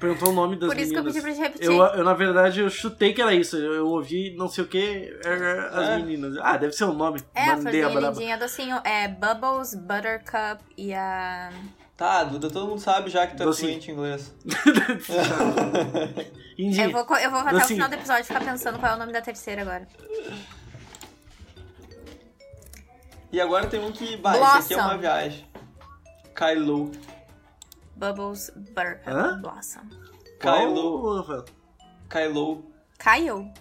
[SPEAKER 3] Perguntou o nome das
[SPEAKER 4] Por isso que eu
[SPEAKER 3] meninas.
[SPEAKER 4] pedi pra te repetir.
[SPEAKER 3] Eu, eu, na verdade, eu chutei que era isso. Eu, eu ouvi não sei o que, é, é, as
[SPEAKER 2] É.
[SPEAKER 3] meninas. Ah, deve ser o nome.
[SPEAKER 4] É, a
[SPEAKER 3] Mandei a
[SPEAKER 4] florzinha
[SPEAKER 3] braba.
[SPEAKER 4] lindinha, a docinho. É Bubbles, Buttercup e a.
[SPEAKER 2] Tá, Duda, todo mundo sabe já que tu é
[SPEAKER 3] Docinho.
[SPEAKER 2] fluente em inglês.
[SPEAKER 3] Indinha.
[SPEAKER 4] Eu vou, co- eu vou até o
[SPEAKER 3] Docinho.
[SPEAKER 4] final do episódio ficar pensando qual é o nome da terceira agora.
[SPEAKER 2] E agora tem um que. Bah, esse aqui é
[SPEAKER 4] Blossom.
[SPEAKER 2] uma viagem. Kylo.
[SPEAKER 4] Bubbles, Buttercup,
[SPEAKER 3] Hã?
[SPEAKER 4] Blossom.
[SPEAKER 3] Qual,
[SPEAKER 2] Kylo.
[SPEAKER 3] Rafael?
[SPEAKER 2] Kylo.
[SPEAKER 4] Kyle?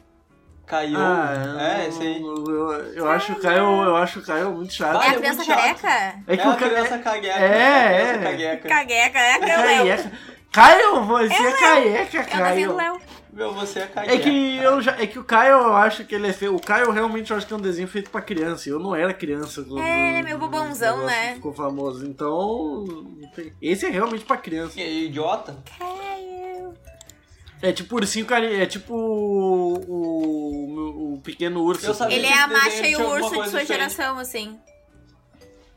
[SPEAKER 2] Caiu.
[SPEAKER 3] Ah,
[SPEAKER 2] é, esse aí.
[SPEAKER 3] Eu, eu- eu acho o Caio, eu acho o Caio muito chato.
[SPEAKER 2] Ah,
[SPEAKER 6] É
[SPEAKER 2] ele
[SPEAKER 6] a
[SPEAKER 2] é
[SPEAKER 6] criança
[SPEAKER 2] muito chato.
[SPEAKER 6] careca?
[SPEAKER 3] É
[SPEAKER 2] É
[SPEAKER 3] que
[SPEAKER 2] a
[SPEAKER 3] o Caio
[SPEAKER 2] criança cagueca.
[SPEAKER 3] É,
[SPEAKER 2] a criança
[SPEAKER 3] é.
[SPEAKER 2] cagueca.
[SPEAKER 1] Cagueca, careca, é o Léo.
[SPEAKER 3] caieca. Caio, você é caieca,
[SPEAKER 1] É o desenho do
[SPEAKER 3] Caio.
[SPEAKER 1] Léo.
[SPEAKER 2] Meu, você é cagueca.
[SPEAKER 3] É que eu já, é que o Caio eu acho que ele é feio. O Caio realmente eu acho que é um desenho feito pra criança. Eu não era criança quando
[SPEAKER 1] É, ele é meio bobãozão,
[SPEAKER 3] o negócio
[SPEAKER 1] né?
[SPEAKER 3] Ficou famoso. Então, não tem- esse é realmente pra criança.
[SPEAKER 2] Que é idiota.
[SPEAKER 1] Caio.
[SPEAKER 3] É tipo ursinho cari... é tipo o, o, o pequeno urso.
[SPEAKER 2] Eu sabia.
[SPEAKER 1] Ele
[SPEAKER 2] Esse
[SPEAKER 1] é a
[SPEAKER 2] desenho
[SPEAKER 1] macha e
[SPEAKER 2] tinha
[SPEAKER 1] o
[SPEAKER 2] alguma
[SPEAKER 1] urso de
[SPEAKER 2] coisa
[SPEAKER 1] sua
[SPEAKER 2] diferente.
[SPEAKER 1] geração, assim.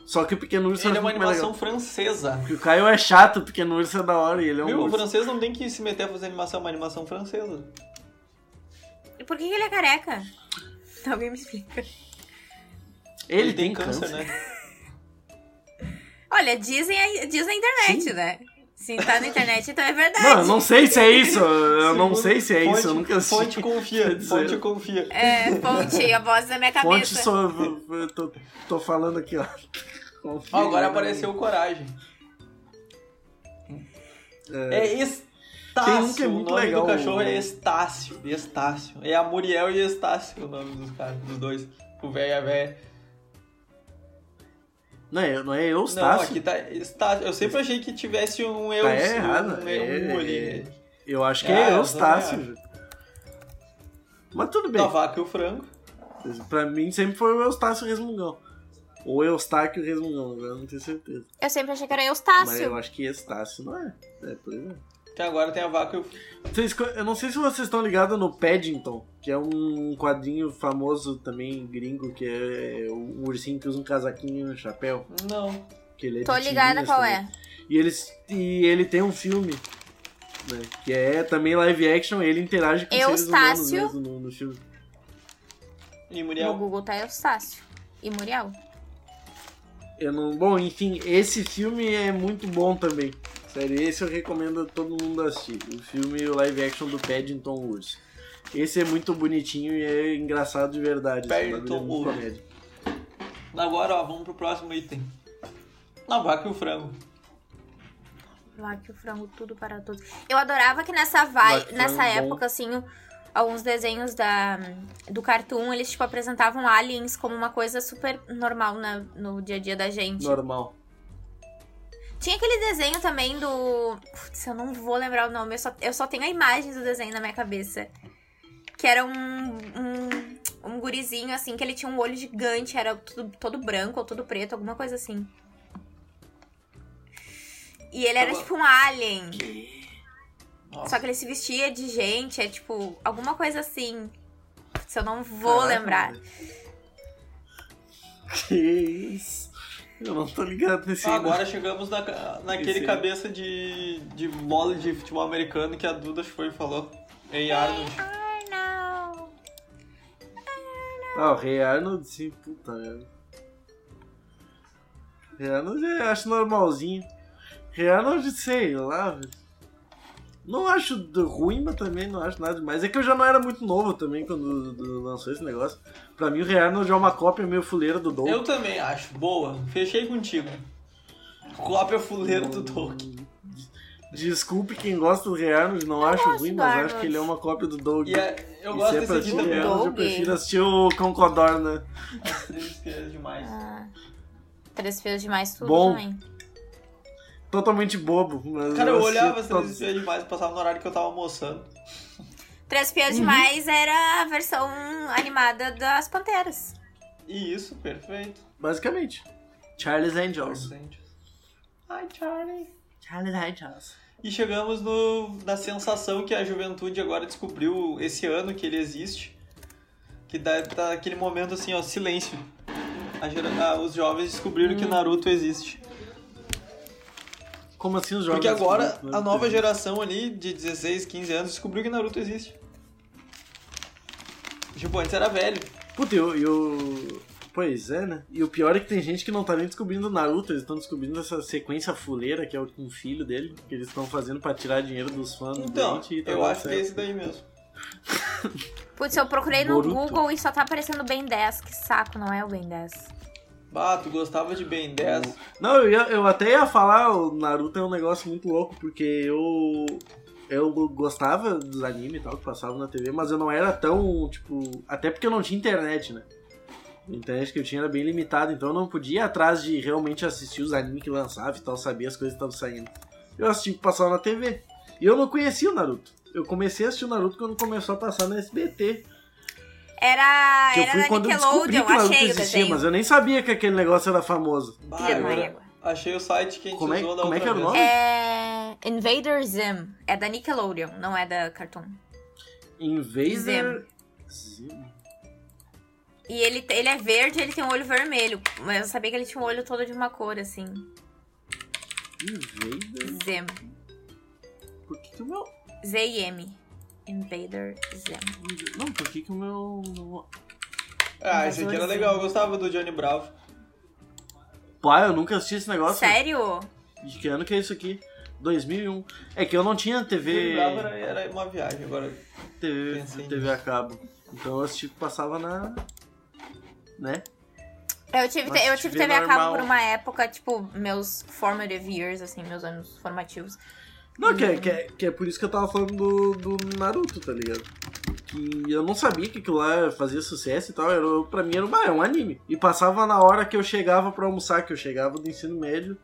[SPEAKER 3] Só que o pequeno urso
[SPEAKER 2] Ele é
[SPEAKER 3] eu
[SPEAKER 2] uma
[SPEAKER 3] acho muito mais legal.
[SPEAKER 2] animação francesa.
[SPEAKER 3] Porque o Caio é chato, o pequeno urso é da hora e ele é um
[SPEAKER 2] Viu? O
[SPEAKER 3] urso.
[SPEAKER 2] francês não tem que se meter a fazer animação, é uma animação francesa.
[SPEAKER 1] E por que que ele é careca? Alguém me explica.
[SPEAKER 3] Ele, tem, câncer, né?
[SPEAKER 2] né?
[SPEAKER 1] Olha, dizem, aí- diz na internet,
[SPEAKER 3] Sim.
[SPEAKER 1] né? Se tá na internet, então é verdade.
[SPEAKER 3] Não, né? eu não sei se é isso. Eu não
[SPEAKER 2] Segundo-
[SPEAKER 3] sei se é
[SPEAKER 2] fonte-
[SPEAKER 3] isso. Eu nunca assisti.
[SPEAKER 2] Fonte
[SPEAKER 3] Quer
[SPEAKER 2] confia,
[SPEAKER 3] dizer-
[SPEAKER 2] fonte confia.
[SPEAKER 1] É, fonte, a voz da minha
[SPEAKER 3] Fonte
[SPEAKER 1] cabeça.
[SPEAKER 3] só. Eu tô, tô falando aqui, ó. Confia,
[SPEAKER 2] Ó, agora
[SPEAKER 3] né?
[SPEAKER 2] apareceu o Coragem.
[SPEAKER 3] É,
[SPEAKER 2] É Estácio.
[SPEAKER 3] Tem um que é muito
[SPEAKER 2] o nome
[SPEAKER 3] legal,
[SPEAKER 2] do cachorro é
[SPEAKER 3] o-
[SPEAKER 2] Estácio. Estácio. É a Muriel e Estácio o nome dos caras, dos dois. O velho e a véia.
[SPEAKER 3] Não é, não é eu,
[SPEAKER 2] Não,
[SPEAKER 3] Stassi?
[SPEAKER 2] aqui tá Estácio. Eu sempre achei que tivesse um eu.
[SPEAKER 3] Tá errado,
[SPEAKER 2] Um, um,
[SPEAKER 3] é-
[SPEAKER 2] ali.
[SPEAKER 3] Eu acho que
[SPEAKER 2] Ah,
[SPEAKER 3] é
[SPEAKER 2] eu
[SPEAKER 3] eu,
[SPEAKER 2] também Então
[SPEAKER 3] Stassi. Mas tudo bem.
[SPEAKER 2] Da vaca e o frango.
[SPEAKER 3] Pra mim sempre foi o Eustácio Resmungão. Ou Eustáquio Resmungão, agora eu não tenho certeza.
[SPEAKER 1] Eu sempre achei que era
[SPEAKER 3] Mas
[SPEAKER 1] Eustácio.
[SPEAKER 3] eu acho que Estácio não é. É, pois é.
[SPEAKER 2] Que agora tem a vaca e o
[SPEAKER 3] Vocês co- eu não sei se vocês estão ligados no Paddington, que é um quadrinho famoso também gringo, que é um ursinho que usa um casaquinho e um chapéu.
[SPEAKER 2] Não.
[SPEAKER 3] Que ele é
[SPEAKER 6] Tô
[SPEAKER 3] de
[SPEAKER 6] ligada
[SPEAKER 3] tirinhas
[SPEAKER 6] qual
[SPEAKER 3] também.
[SPEAKER 6] é.
[SPEAKER 3] E ele, e ele tem um filme, né, que é também live action, ele interage com seres humanos
[SPEAKER 6] Eustácio.
[SPEAKER 3] mesmo no, no filme.
[SPEAKER 2] E
[SPEAKER 1] é.
[SPEAKER 6] No
[SPEAKER 2] Muriel.
[SPEAKER 6] Google tá Eustácio. E Muriel.
[SPEAKER 3] Eu não... Bom, enfim, esse filme é muito bom também. Sério, esse eu recomendo a todo mundo assistir. O filme o live action do Paddington Urso. Esse é muito bonitinho e é engraçado de verdade. esse
[SPEAKER 2] Paddington
[SPEAKER 3] bagulho é muito
[SPEAKER 2] Urso.
[SPEAKER 3] comédia.
[SPEAKER 2] Agora, ó, vamos pro próximo item. Na vaca e o frango.
[SPEAKER 1] Lá que o frango tudo para todos. Eu adorava que nessa vai,
[SPEAKER 3] Vaca,
[SPEAKER 1] nessa
[SPEAKER 3] frango, é
[SPEAKER 1] época, assim, o- alguns desenhos da, do Cartoon, eles, tipo, apresentavam aliens como uma coisa super normal na- no dia a dia da gente.
[SPEAKER 3] Normal.
[SPEAKER 1] Tinha aquele desenho também do. Putz, eu não vou lembrar o nome, eu só, eu só tenho a imagem do desenho na minha cabeça. Que era um, um, um gurizinho, assim, que ele tinha um olho gigante, era tudo, todo branco ou todo preto, alguma coisa assim. E ele era
[SPEAKER 2] Agora-
[SPEAKER 1] tipo um alien.
[SPEAKER 2] Nossa.
[SPEAKER 1] Só que ele se vestia de gente, é tipo, alguma coisa assim. Putz, eu não vou
[SPEAKER 3] Caraca,
[SPEAKER 1] lembrar.
[SPEAKER 3] Que isso? Eu não tô ligado nesse...
[SPEAKER 2] Ah, agora chegamos na, naquele
[SPEAKER 3] Esse aí.
[SPEAKER 2] cabeça de, de bola de futebol americano que a Duda foi e falou. Ei, Arnold.
[SPEAKER 1] Não.
[SPEAKER 3] Ah, o Rei Arnold, sim, puta merda. Rei Arnold eu acho normalzinho. Rei Arnold, sei lá, velho. Não acho do- ruim, mas também não acho nada demais. É que eu já não era muito novo também quando do- lançou esse negócio. Pra mim, o Rei Arnold é uma cópia meio fuleira do Dolph.
[SPEAKER 2] Eu também acho. Boa. Fechei contigo. Cópia fuleiro do Tolkien.
[SPEAKER 3] Desculpe quem gosta do Rei Arnold, não acho ruim,
[SPEAKER 1] do
[SPEAKER 3] mas acho
[SPEAKER 1] Arnold.
[SPEAKER 3] que ele é uma cópia do Doug.
[SPEAKER 2] E é- eu
[SPEAKER 3] E
[SPEAKER 2] gosto
[SPEAKER 3] se é
[SPEAKER 2] desse aqui
[SPEAKER 3] pra assistir o Rei
[SPEAKER 2] também.
[SPEAKER 3] Arnold, eu
[SPEAKER 6] Doug.
[SPEAKER 3] prefiro assistir o né? Cão Codorna.
[SPEAKER 2] As três que é demais.
[SPEAKER 6] Três filhos demais, tudo
[SPEAKER 3] Bom.
[SPEAKER 6] também.
[SPEAKER 3] Totalmente bobo. Mas
[SPEAKER 2] Cara, eu
[SPEAKER 3] assisti
[SPEAKER 2] olhava as
[SPEAKER 3] todos.
[SPEAKER 2] três que é demais, passava no horário que eu tava almoçando.
[SPEAKER 1] Três Pias
[SPEAKER 3] Uhum.
[SPEAKER 1] Demais era a versão animada das Panteras.
[SPEAKER 2] E isso, perfeito.
[SPEAKER 3] Basicamente. Charles Angels.
[SPEAKER 2] Ai, Charlie.
[SPEAKER 3] Charles Angels.
[SPEAKER 2] E chegamos no, na sensação que a juventude agora descobriu esse ano que ele existe. Que dá, tá aquele momento assim, ó, silêncio. A gera- ah, os jovens descobriram
[SPEAKER 3] Hum.
[SPEAKER 2] que Naruto existe.
[SPEAKER 3] Como assim os jogos?
[SPEAKER 2] Porque agora a nova geração ali, de 16, 15 anos, descobriu que Naruto existe. Tipo, antes era velho.
[SPEAKER 3] Puta, e o. e o- Pois é, né? E o pior é que tem gente que não tá nem descobrindo Naruto, eles estão descobrindo essa sequência fuleira que é o com o filho dele, que eles estão fazendo pra tirar dinheiro dos fãs do
[SPEAKER 2] Então,
[SPEAKER 3] dente e tá
[SPEAKER 2] eu
[SPEAKER 3] dando
[SPEAKER 2] acho que é
[SPEAKER 3] certo.
[SPEAKER 2] esse daí mesmo.
[SPEAKER 1] Putz, eu procurei no
[SPEAKER 3] Boruto.
[SPEAKER 1] Google e só tá aparecendo Ben 10. Que saco, não é o Ben 10.
[SPEAKER 2] Ah, tu gostava de Ben 10.
[SPEAKER 3] Não, eu, ia- eu até ia falar, o Naruto é um negócio muito louco, porque eu. eu gostava dos animes e tal, que passavam na TV, mas eu não era tão, tipo. Até porque eu não tinha internet, né? A internet que eu tinha era bem limitada, então eu não podia ir atrás de realmente assistir os animes que lançava e tal, saber as coisas que estavam saindo. Eu assistia o que passava na TV. E eu não conhecia o Naruto. Eu comecei a assistir o Naruto quando começou a passar na SBT.
[SPEAKER 1] Era,
[SPEAKER 3] Que
[SPEAKER 1] Ah,
[SPEAKER 3] eu
[SPEAKER 1] era
[SPEAKER 3] fui
[SPEAKER 1] na
[SPEAKER 3] quando eu descobri
[SPEAKER 1] Nickelodeon,
[SPEAKER 3] que o Naruto
[SPEAKER 1] achei o
[SPEAKER 3] existia,
[SPEAKER 1] desenho.
[SPEAKER 3] mas eu nem sabia que aquele negócio era famoso.
[SPEAKER 2] Bah,
[SPEAKER 1] Filha da
[SPEAKER 2] agora
[SPEAKER 1] égua.
[SPEAKER 2] achei o site que a gente
[SPEAKER 3] Como é-
[SPEAKER 2] usou da
[SPEAKER 3] como é
[SPEAKER 2] outra
[SPEAKER 3] que era o
[SPEAKER 2] vez.
[SPEAKER 3] nome?
[SPEAKER 1] É. Invader Zim. É da Nickelodeon, não é da Cartoon.
[SPEAKER 3] Invader. Zim.
[SPEAKER 1] E ele, ele é verde ele tem um olho vermelho. Mas eu sabia que ele tinha um olho todo de uma cor, assim.
[SPEAKER 3] Invader?
[SPEAKER 1] Zem.
[SPEAKER 3] Por que, que o meu.
[SPEAKER 1] Z-I-M. Invader Zem.
[SPEAKER 3] Não, por que, que o meu.
[SPEAKER 2] Ah, esse aqui era legal, eu gostava do Johnny Bravo.
[SPEAKER 3] Pai, eu nunca assisti esse negócio.
[SPEAKER 1] Sério?
[SPEAKER 3] De que ano que é isso aqui? 2001. É que eu não tinha
[SPEAKER 2] Johnny
[SPEAKER 3] TV.
[SPEAKER 2] Bravo era, era uma viagem agora.
[SPEAKER 3] TV,
[SPEAKER 2] né? Pensei
[SPEAKER 3] TV a cabo. Então eu assisti que passava na. Né?
[SPEAKER 1] Eu tive,
[SPEAKER 3] Nossa,
[SPEAKER 1] eu tive
[SPEAKER 3] TV
[SPEAKER 1] TV a
[SPEAKER 3] normal.
[SPEAKER 1] cabo por uma época, tipo, meus formative years, assim, meus anos formativos.
[SPEAKER 3] Não, que é, que, é, que é por isso que eu tava falando do, do Naruto, tá ligado? Que eu não sabia que aquilo lá fazia sucesso e tal. Era, pra mim era um, ah, é um anime. E passava na hora que eu chegava pra almoçar, que eu chegava do ensino médio.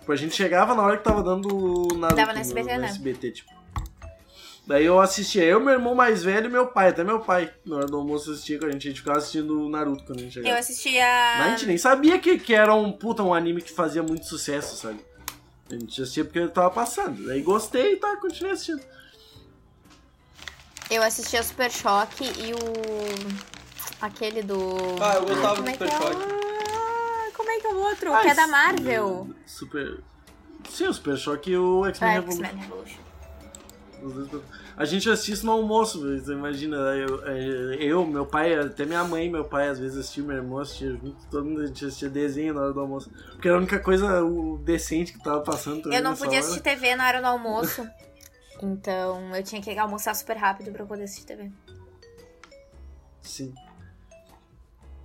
[SPEAKER 3] Tipo, a gente chegava na hora que tava dando o Naruto
[SPEAKER 1] Dava no
[SPEAKER 3] no-
[SPEAKER 1] SBT,
[SPEAKER 3] no
[SPEAKER 1] né?
[SPEAKER 3] SBT, tipo. Daí eu assistia, eu, meu irmão mais velho e meu pai, até meu pai, na hora do almoço assistia com a gente, a gente ficava assistindo o Naruto quando a gente chegava.
[SPEAKER 1] Eu
[SPEAKER 3] Mas a
[SPEAKER 1] assistia.
[SPEAKER 3] gente nem sabia que, que era um puta um anime que fazia muito sucesso, sabe? A gente assistia porque ele tava passando. Aí gostei e tá, continuei assistindo.
[SPEAKER 7] Eu assistia o Super Choque e o. Aquele do.
[SPEAKER 2] Ah, eu gostava
[SPEAKER 7] como
[SPEAKER 2] do
[SPEAKER 7] é que
[SPEAKER 2] Super
[SPEAKER 7] é
[SPEAKER 2] Choque.
[SPEAKER 1] Ah, como é que é o outro?
[SPEAKER 3] Ah,
[SPEAKER 1] que é da
[SPEAKER 3] esse-
[SPEAKER 1] Marvel.
[SPEAKER 3] Super. Sim, o Super Choque e o X-Men é
[SPEAKER 1] Ah,
[SPEAKER 3] Revolution.
[SPEAKER 1] X-Men Revolution.
[SPEAKER 3] Os dois pra- A gente assiste no almoço, velho, você imagina. Eu, é, eu, meu pai, até minha mãe e meu pai às vezes assistiam, meu irmão assistia junto, todo mundo a gente assistia desenho na hora do almoço. Porque era a única coisa o decente que tava passando. também
[SPEAKER 1] Eu não
[SPEAKER 3] nessa
[SPEAKER 1] podia
[SPEAKER 3] hora.
[SPEAKER 1] assistir TV na hora do almoço. Então eu tinha que almoçar super rápido pra eu poder assistir TV.
[SPEAKER 3] Sim.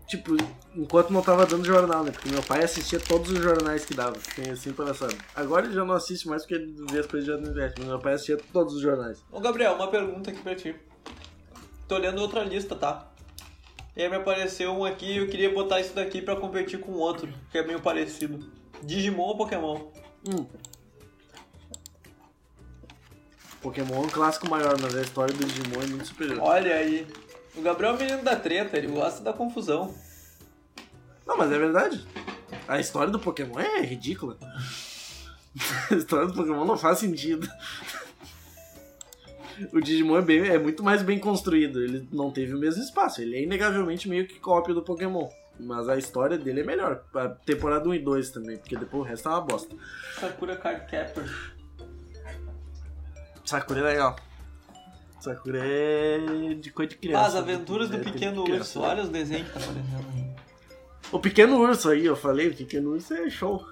[SPEAKER 3] Tipo, enquanto não tava dando jornal, né? Porque meu pai assistia todos os jornais que dava, tem assim palhaçada. Agora ele já não assiste mais porque ele vê as coisas já no internet, mas meu pai assistia todos os jornais.
[SPEAKER 2] Ô, Gabriel, uma pergunta aqui pra ti. Tô olhando outra lista, tá? E aí me apareceu um aqui e eu queria botar isso daqui pra competir com outro, que é meio parecido. Digimon ou Pokémon?
[SPEAKER 3] Hum. Pokémon é um clássico maior, mas a história do Digimon é muito superior.
[SPEAKER 2] Olha aí. O Gabriel é o menino da treta, ele gosta da confusão.
[SPEAKER 3] Não, mas é verdade. A história do Pokémon é ridícula. A história do Pokémon não faz sentido. O Digimon é, bem- é muito mais bem construído. Ele não teve o mesmo espaço. Ele é inegavelmente meio que cópia do Pokémon. Mas a história dele é melhor. A temporada 1 e 2 também, porque depois o resto é uma bosta.
[SPEAKER 2] Sakura Card Captor.
[SPEAKER 3] Sakura é legal. Sakura é de coisa de criança.
[SPEAKER 2] Ah, as aventuras do
[SPEAKER 3] É, tem
[SPEAKER 2] pequeno
[SPEAKER 3] criança,
[SPEAKER 2] urso.
[SPEAKER 3] né?
[SPEAKER 2] Olha os desenhos que tá aparecendo aí.
[SPEAKER 3] O pequeno urso aí, eu falei, o pequeno urso é show.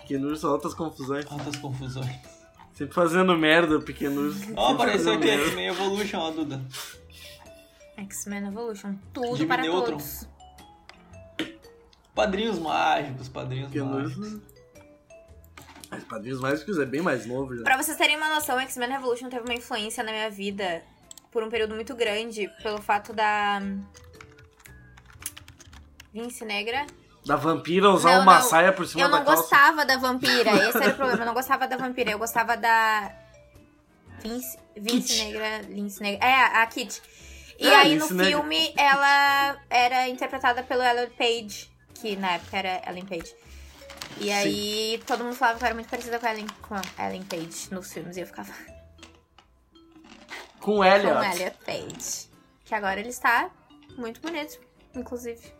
[SPEAKER 3] Pequeno urso, altas confusões.
[SPEAKER 2] Quantas confusões.
[SPEAKER 3] Sempre fazendo merda, pequeno urso.
[SPEAKER 2] Ó,
[SPEAKER 3] Sempre
[SPEAKER 2] apareceu
[SPEAKER 3] fazendo
[SPEAKER 2] aqui,
[SPEAKER 3] merda.
[SPEAKER 2] X-Men Evolution, ó, Duda.
[SPEAKER 1] X-Men Evolution, tudo
[SPEAKER 2] Jimmy
[SPEAKER 1] para
[SPEAKER 2] Neutron.
[SPEAKER 1] todos.
[SPEAKER 2] Padrinhos mágicos, padrinhos
[SPEAKER 3] Pequeno
[SPEAKER 2] mágicos.
[SPEAKER 3] urso. né? Mas Padrinhos Mágicos é bem mais novo já.
[SPEAKER 1] Pra vocês terem uma noção, X-Men Revolution teve uma influência na minha vida por um período muito grande, pelo fato da. Vince Negra.
[SPEAKER 3] Da vampira usar
[SPEAKER 1] Não,
[SPEAKER 3] uma
[SPEAKER 1] não.
[SPEAKER 3] saia por cima
[SPEAKER 1] Eu
[SPEAKER 3] da
[SPEAKER 1] não
[SPEAKER 3] calça.
[SPEAKER 1] gostava da vampira, esse era o problema. Eu não gostava da vampira, eu gostava da. Vince, Vince
[SPEAKER 3] Kit.
[SPEAKER 1] Negra. Vince Negra. É, a Kit. E
[SPEAKER 3] É,
[SPEAKER 1] aí no
[SPEAKER 3] Vince Negra.
[SPEAKER 1] filme ela era interpretada pelo Ellen Page, que na época era Ellen Page. E aí todo mundo falava que eu era muito parecida com a Ellen, com a Ellen Page nos filmes e eu ficava.
[SPEAKER 3] Com Elliot.
[SPEAKER 1] Com Elliot Page. Que agora ele está muito bonito, inclusive.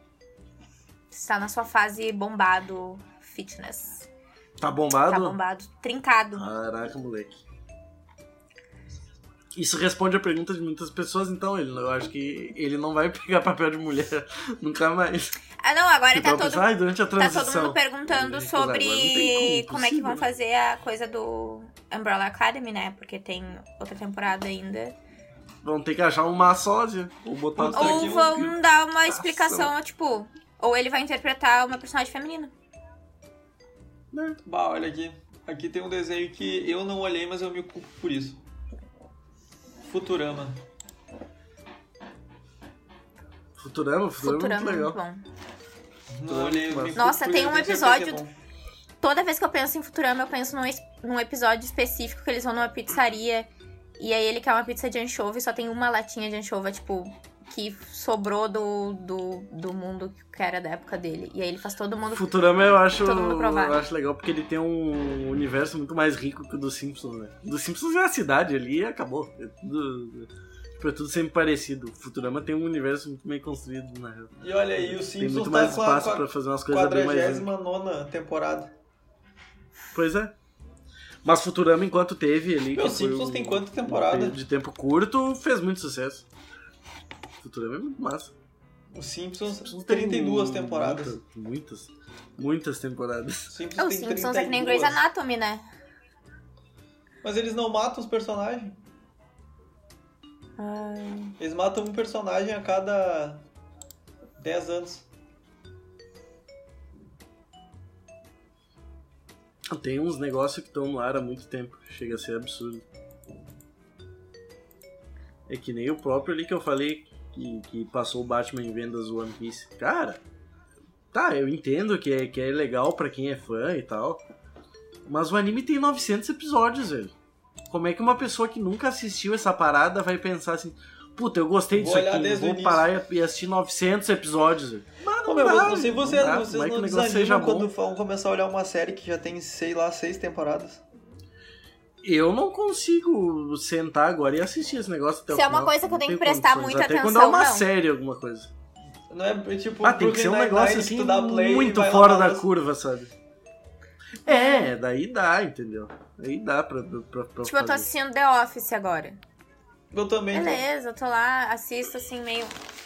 [SPEAKER 1] Está na sua fase bombado fitness.
[SPEAKER 3] Tá bombado?
[SPEAKER 1] Tá bombado, trincado.
[SPEAKER 3] Caraca, moleque. Isso responde a pergunta de muitas pessoas, então ele, eu acho que ele não vai pegar papel de mulher nunca mais.
[SPEAKER 1] Ah, não, agora
[SPEAKER 3] Então,
[SPEAKER 1] tá todo,
[SPEAKER 3] pensando, "Ai, durante a
[SPEAKER 1] tá todo mundo
[SPEAKER 3] transição.
[SPEAKER 1] perguntando
[SPEAKER 3] Agora não
[SPEAKER 1] sobre
[SPEAKER 3] tem como,
[SPEAKER 1] como é que vão
[SPEAKER 3] impossível. né?
[SPEAKER 1] fazer a coisa do Umbrella Academy, né? Porque tem outra temporada ainda.
[SPEAKER 3] Vão ter que achar uma sósia ou botar
[SPEAKER 2] Ou
[SPEAKER 3] aqui
[SPEAKER 1] Ou
[SPEAKER 3] um-
[SPEAKER 1] vão dar uma
[SPEAKER 3] Nossa.
[SPEAKER 1] explicação, tipo. Ou ele vai interpretar uma personagem feminina.
[SPEAKER 2] Bah, olha aqui. Aqui tem um desenho que eu não olhei, mas eu me culpo por isso. Futurama.
[SPEAKER 3] Futurama, Futurama, é
[SPEAKER 1] Futurama
[SPEAKER 3] muito
[SPEAKER 1] é muito
[SPEAKER 3] legal.
[SPEAKER 1] bom.
[SPEAKER 2] Não olhei, eu me culpo
[SPEAKER 1] Nossa,
[SPEAKER 2] por
[SPEAKER 1] tem
[SPEAKER 2] isso,
[SPEAKER 1] um
[SPEAKER 2] eu tenho certeza
[SPEAKER 1] episódio-
[SPEAKER 2] que é bom.
[SPEAKER 1] Toda vez que eu penso em Futurama, eu penso num, es- num episódio específico que eles vão numa pizzaria e aí ele quer uma pizza de anchova e só tem uma latinha de anchova, tipo, que sobrou do, do, do mundo que era da época dele. E aí ele faz todo mundo.
[SPEAKER 3] Futurama eu acho,
[SPEAKER 1] Todo mundo provar.
[SPEAKER 3] eu acho legal porque ele tem um universo muito mais rico que o do Simpsons, né? O do Simpsons é a cidade ali e acabou. É tudo, tipo, é tudo sempre parecido. O Futurama tem um universo muito bem construído, na real.
[SPEAKER 2] E olha aí, o
[SPEAKER 3] Tem
[SPEAKER 2] Simpsons
[SPEAKER 3] muito
[SPEAKER 2] tá
[SPEAKER 3] mais
[SPEAKER 2] com a,
[SPEAKER 3] espaço
[SPEAKER 2] com
[SPEAKER 3] pra
[SPEAKER 2] a
[SPEAKER 3] fazer umas coisas bem mais. um.
[SPEAKER 2] 49 temporada.
[SPEAKER 3] Pois é. Mas Futurama, enquanto teve ali.
[SPEAKER 2] Meu,
[SPEAKER 3] que foi
[SPEAKER 2] Simpsons
[SPEAKER 3] um-
[SPEAKER 2] tem quanta
[SPEAKER 3] um
[SPEAKER 2] temporada?
[SPEAKER 3] período de tempo curto, fez muito sucesso. Futurama é muito massa.
[SPEAKER 2] O Simpsons,
[SPEAKER 3] Simpsons tem
[SPEAKER 2] 32 temporadas.
[SPEAKER 3] Muitas, muitas, muitas temporadas.
[SPEAKER 2] Simpsons
[SPEAKER 1] Os
[SPEAKER 2] tem
[SPEAKER 1] Simpsons é que nem
[SPEAKER 2] 32.
[SPEAKER 1] Grey's Anatomy, né?
[SPEAKER 2] Mas eles não matam os personagens. Eles matam um personagem a cada 10 anos.
[SPEAKER 3] Tem uns negócios que estão no ar há muito tempo. Chega a ser absurdo. É que nem o próprio ali que eu falei que, que passou o Batman em vendas do One Piece. Cara, tá, eu entendo que é, que é legal pra quem é fã e tal. Mas o anime tem 900 episódios, velho. Como é que uma pessoa que nunca assistiu essa parada vai pensar assim... Puta, eu gostei
[SPEAKER 2] Vou
[SPEAKER 3] disso
[SPEAKER 2] olhar
[SPEAKER 3] aqui,
[SPEAKER 2] desde o
[SPEAKER 3] vou
[SPEAKER 2] início."
[SPEAKER 3] parar e- e assistir 900 episódios. velho. Mas
[SPEAKER 2] Ô, meu,
[SPEAKER 3] Ah, dá,
[SPEAKER 2] mas não sei
[SPEAKER 3] velho,
[SPEAKER 2] vocês,
[SPEAKER 3] dá.
[SPEAKER 2] vocês
[SPEAKER 3] Como é que
[SPEAKER 2] não
[SPEAKER 3] o negócio seja
[SPEAKER 2] desanimam
[SPEAKER 3] bom?
[SPEAKER 2] quando vão começar a olhar uma série que já tem, sei lá, seis temporadas.
[SPEAKER 3] Eu não consigo sentar agora e assistir esse negócio até o
[SPEAKER 1] Se é uma
[SPEAKER 3] final.
[SPEAKER 1] coisa que eu
[SPEAKER 3] Não
[SPEAKER 1] tenho que
[SPEAKER 3] tenho
[SPEAKER 1] prestar
[SPEAKER 3] condições.
[SPEAKER 1] muita
[SPEAKER 3] Até quando é uma
[SPEAKER 1] atenção, não.
[SPEAKER 3] série, alguma coisa.
[SPEAKER 2] Não é tipo
[SPEAKER 3] ah, tem que ser um
[SPEAKER 2] Brooklyn
[SPEAKER 3] negócio
[SPEAKER 2] Nine-Nine que
[SPEAKER 3] assim
[SPEAKER 2] tu dá play e
[SPEAKER 3] muito
[SPEAKER 2] vai
[SPEAKER 3] fora
[SPEAKER 2] lavar
[SPEAKER 3] da
[SPEAKER 2] as-
[SPEAKER 3] curva, sabe? É, daí dá, entendeu? Aí dá pra, pra, pra
[SPEAKER 1] Tipo, eu tô
[SPEAKER 3] fazer.
[SPEAKER 1] assistindo The Office agora.
[SPEAKER 2] Eu também. tô.
[SPEAKER 1] Beleza, eu tô lá, assisto assim, meio.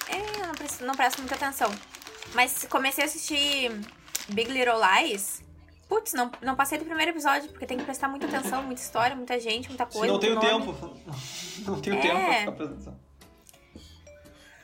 [SPEAKER 1] É, eu não, preciso, não presto muita atenção. Mas comecei a assistir Big Little Lies. Putz, não, não passei do primeiro episódio, porque tem que prestar muita atenção, muita história, muita gente, muita
[SPEAKER 2] Se
[SPEAKER 1] coisa.
[SPEAKER 2] não tenho
[SPEAKER 1] muito nome.
[SPEAKER 2] tempo. Não tenho tempo
[SPEAKER 1] É.
[SPEAKER 2] pra ficar prestando.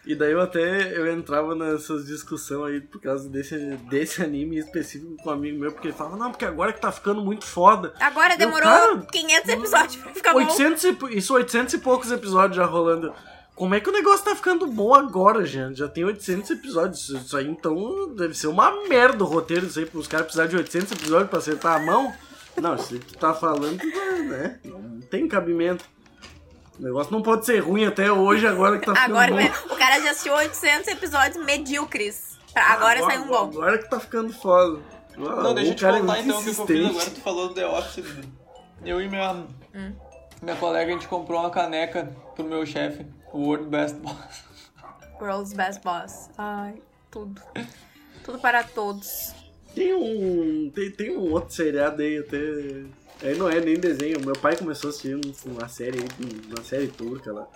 [SPEAKER 3] E daí eu até eu entrava nessas discussões aí por causa desse, desse anime específico com um amigo meu, porque ele falava, não, porque agora que tá ficando muito foda.
[SPEAKER 1] Agora
[SPEAKER 3] Meu,
[SPEAKER 1] demorou
[SPEAKER 3] cara,
[SPEAKER 1] 500 episódios pra ficar bom.
[SPEAKER 3] 800 e, pou- isso, 800 e poucos episódios já rolando. Como é que o negócio tá ficando bom agora, gente? Já tem 800 episódios. Isso- Isso aí, então, deve ser uma merda o roteiro isso aí, pros caras precisarem de 800 episódios pra acertar a mão. Não, isso aí que tu tá falando, né? Não tem cabimento. O negócio não pode ser ruim até hoje, agora que tá ficando
[SPEAKER 1] Agora
[SPEAKER 3] bom.
[SPEAKER 1] o cara já assistiu 800 episódios medíocres. Pra- Agora saiu um bom.
[SPEAKER 3] Agora que tá ficando foda. Ah,
[SPEAKER 2] Não, deixa
[SPEAKER 3] o
[SPEAKER 2] eu te
[SPEAKER 3] cara é
[SPEAKER 2] contar
[SPEAKER 3] muito
[SPEAKER 2] então o que eu fiz
[SPEAKER 3] insistente.
[SPEAKER 2] agora. Tu falou do The Office. Dudu. Eu e minha, minha colega, a gente comprou uma caneca pro meu chefe, o World Best Boss.
[SPEAKER 1] World's Best Boss. Ai, tudo. Tudo para todos.
[SPEAKER 3] Tem um. Tem, tem um outro seriado aí até. Aí não é nem desenho. Meu pai começou assistindo uma série aí, uma série turca lá.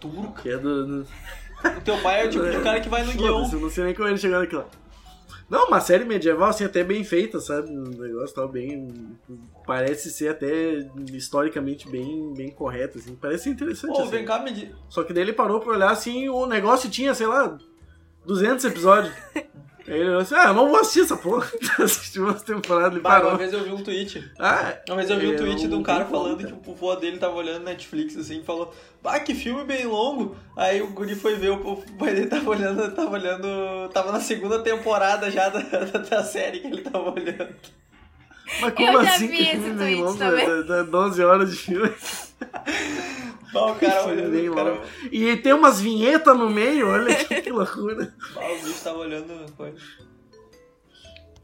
[SPEAKER 2] Turca.
[SPEAKER 3] Que é do. do
[SPEAKER 2] O teu pai é o tipo do cara que vai no guião.
[SPEAKER 3] Foda-se, Eu não sei nem como ele chegou naquilo lá. Não, uma série medieval, assim, até bem feita, sabe? O negócio tá bem. Parece ser até historicamente bem, bem correto, assim. Parece ser interessante.
[SPEAKER 2] Pô,
[SPEAKER 3] assim.
[SPEAKER 2] vem cá me di-
[SPEAKER 3] Só que daí ele parou pra olhar assim, o negócio tinha, sei lá, 200 episódios. Aí ele falou assim: Ah, eu não vou assistir essa porra. Assistiu umas temporadas, ele
[SPEAKER 2] Bah, uma
[SPEAKER 3] parou.
[SPEAKER 2] vez eu vi um tweet.
[SPEAKER 3] Ah,
[SPEAKER 2] Uma vez eu vi
[SPEAKER 3] É,
[SPEAKER 2] um tweet de um
[SPEAKER 3] não
[SPEAKER 2] cara
[SPEAKER 3] tem como,
[SPEAKER 2] falando que
[SPEAKER 3] cara.
[SPEAKER 2] o vô dele tava olhando Netflix assim e falou: Bah, que filme bem longo. Aí o Guri foi ver, o pai dele tava olhando, tava olhando. Tava na segunda temporada já da, da- da série que ele tava olhando.
[SPEAKER 3] mas como
[SPEAKER 1] já
[SPEAKER 3] assim?
[SPEAKER 1] vi
[SPEAKER 3] que
[SPEAKER 1] esse
[SPEAKER 3] filme
[SPEAKER 1] tweet
[SPEAKER 3] bem longo,
[SPEAKER 1] também.
[SPEAKER 3] dá- dá 12 É, horas de filme.
[SPEAKER 2] Bah, o cara
[SPEAKER 3] Filme
[SPEAKER 2] olhando.
[SPEAKER 3] bem
[SPEAKER 2] O cara,
[SPEAKER 3] longo. E tem umas vinhetas no meio, olha que, que loucura.
[SPEAKER 2] bah, o bicho tava olhando. Foi.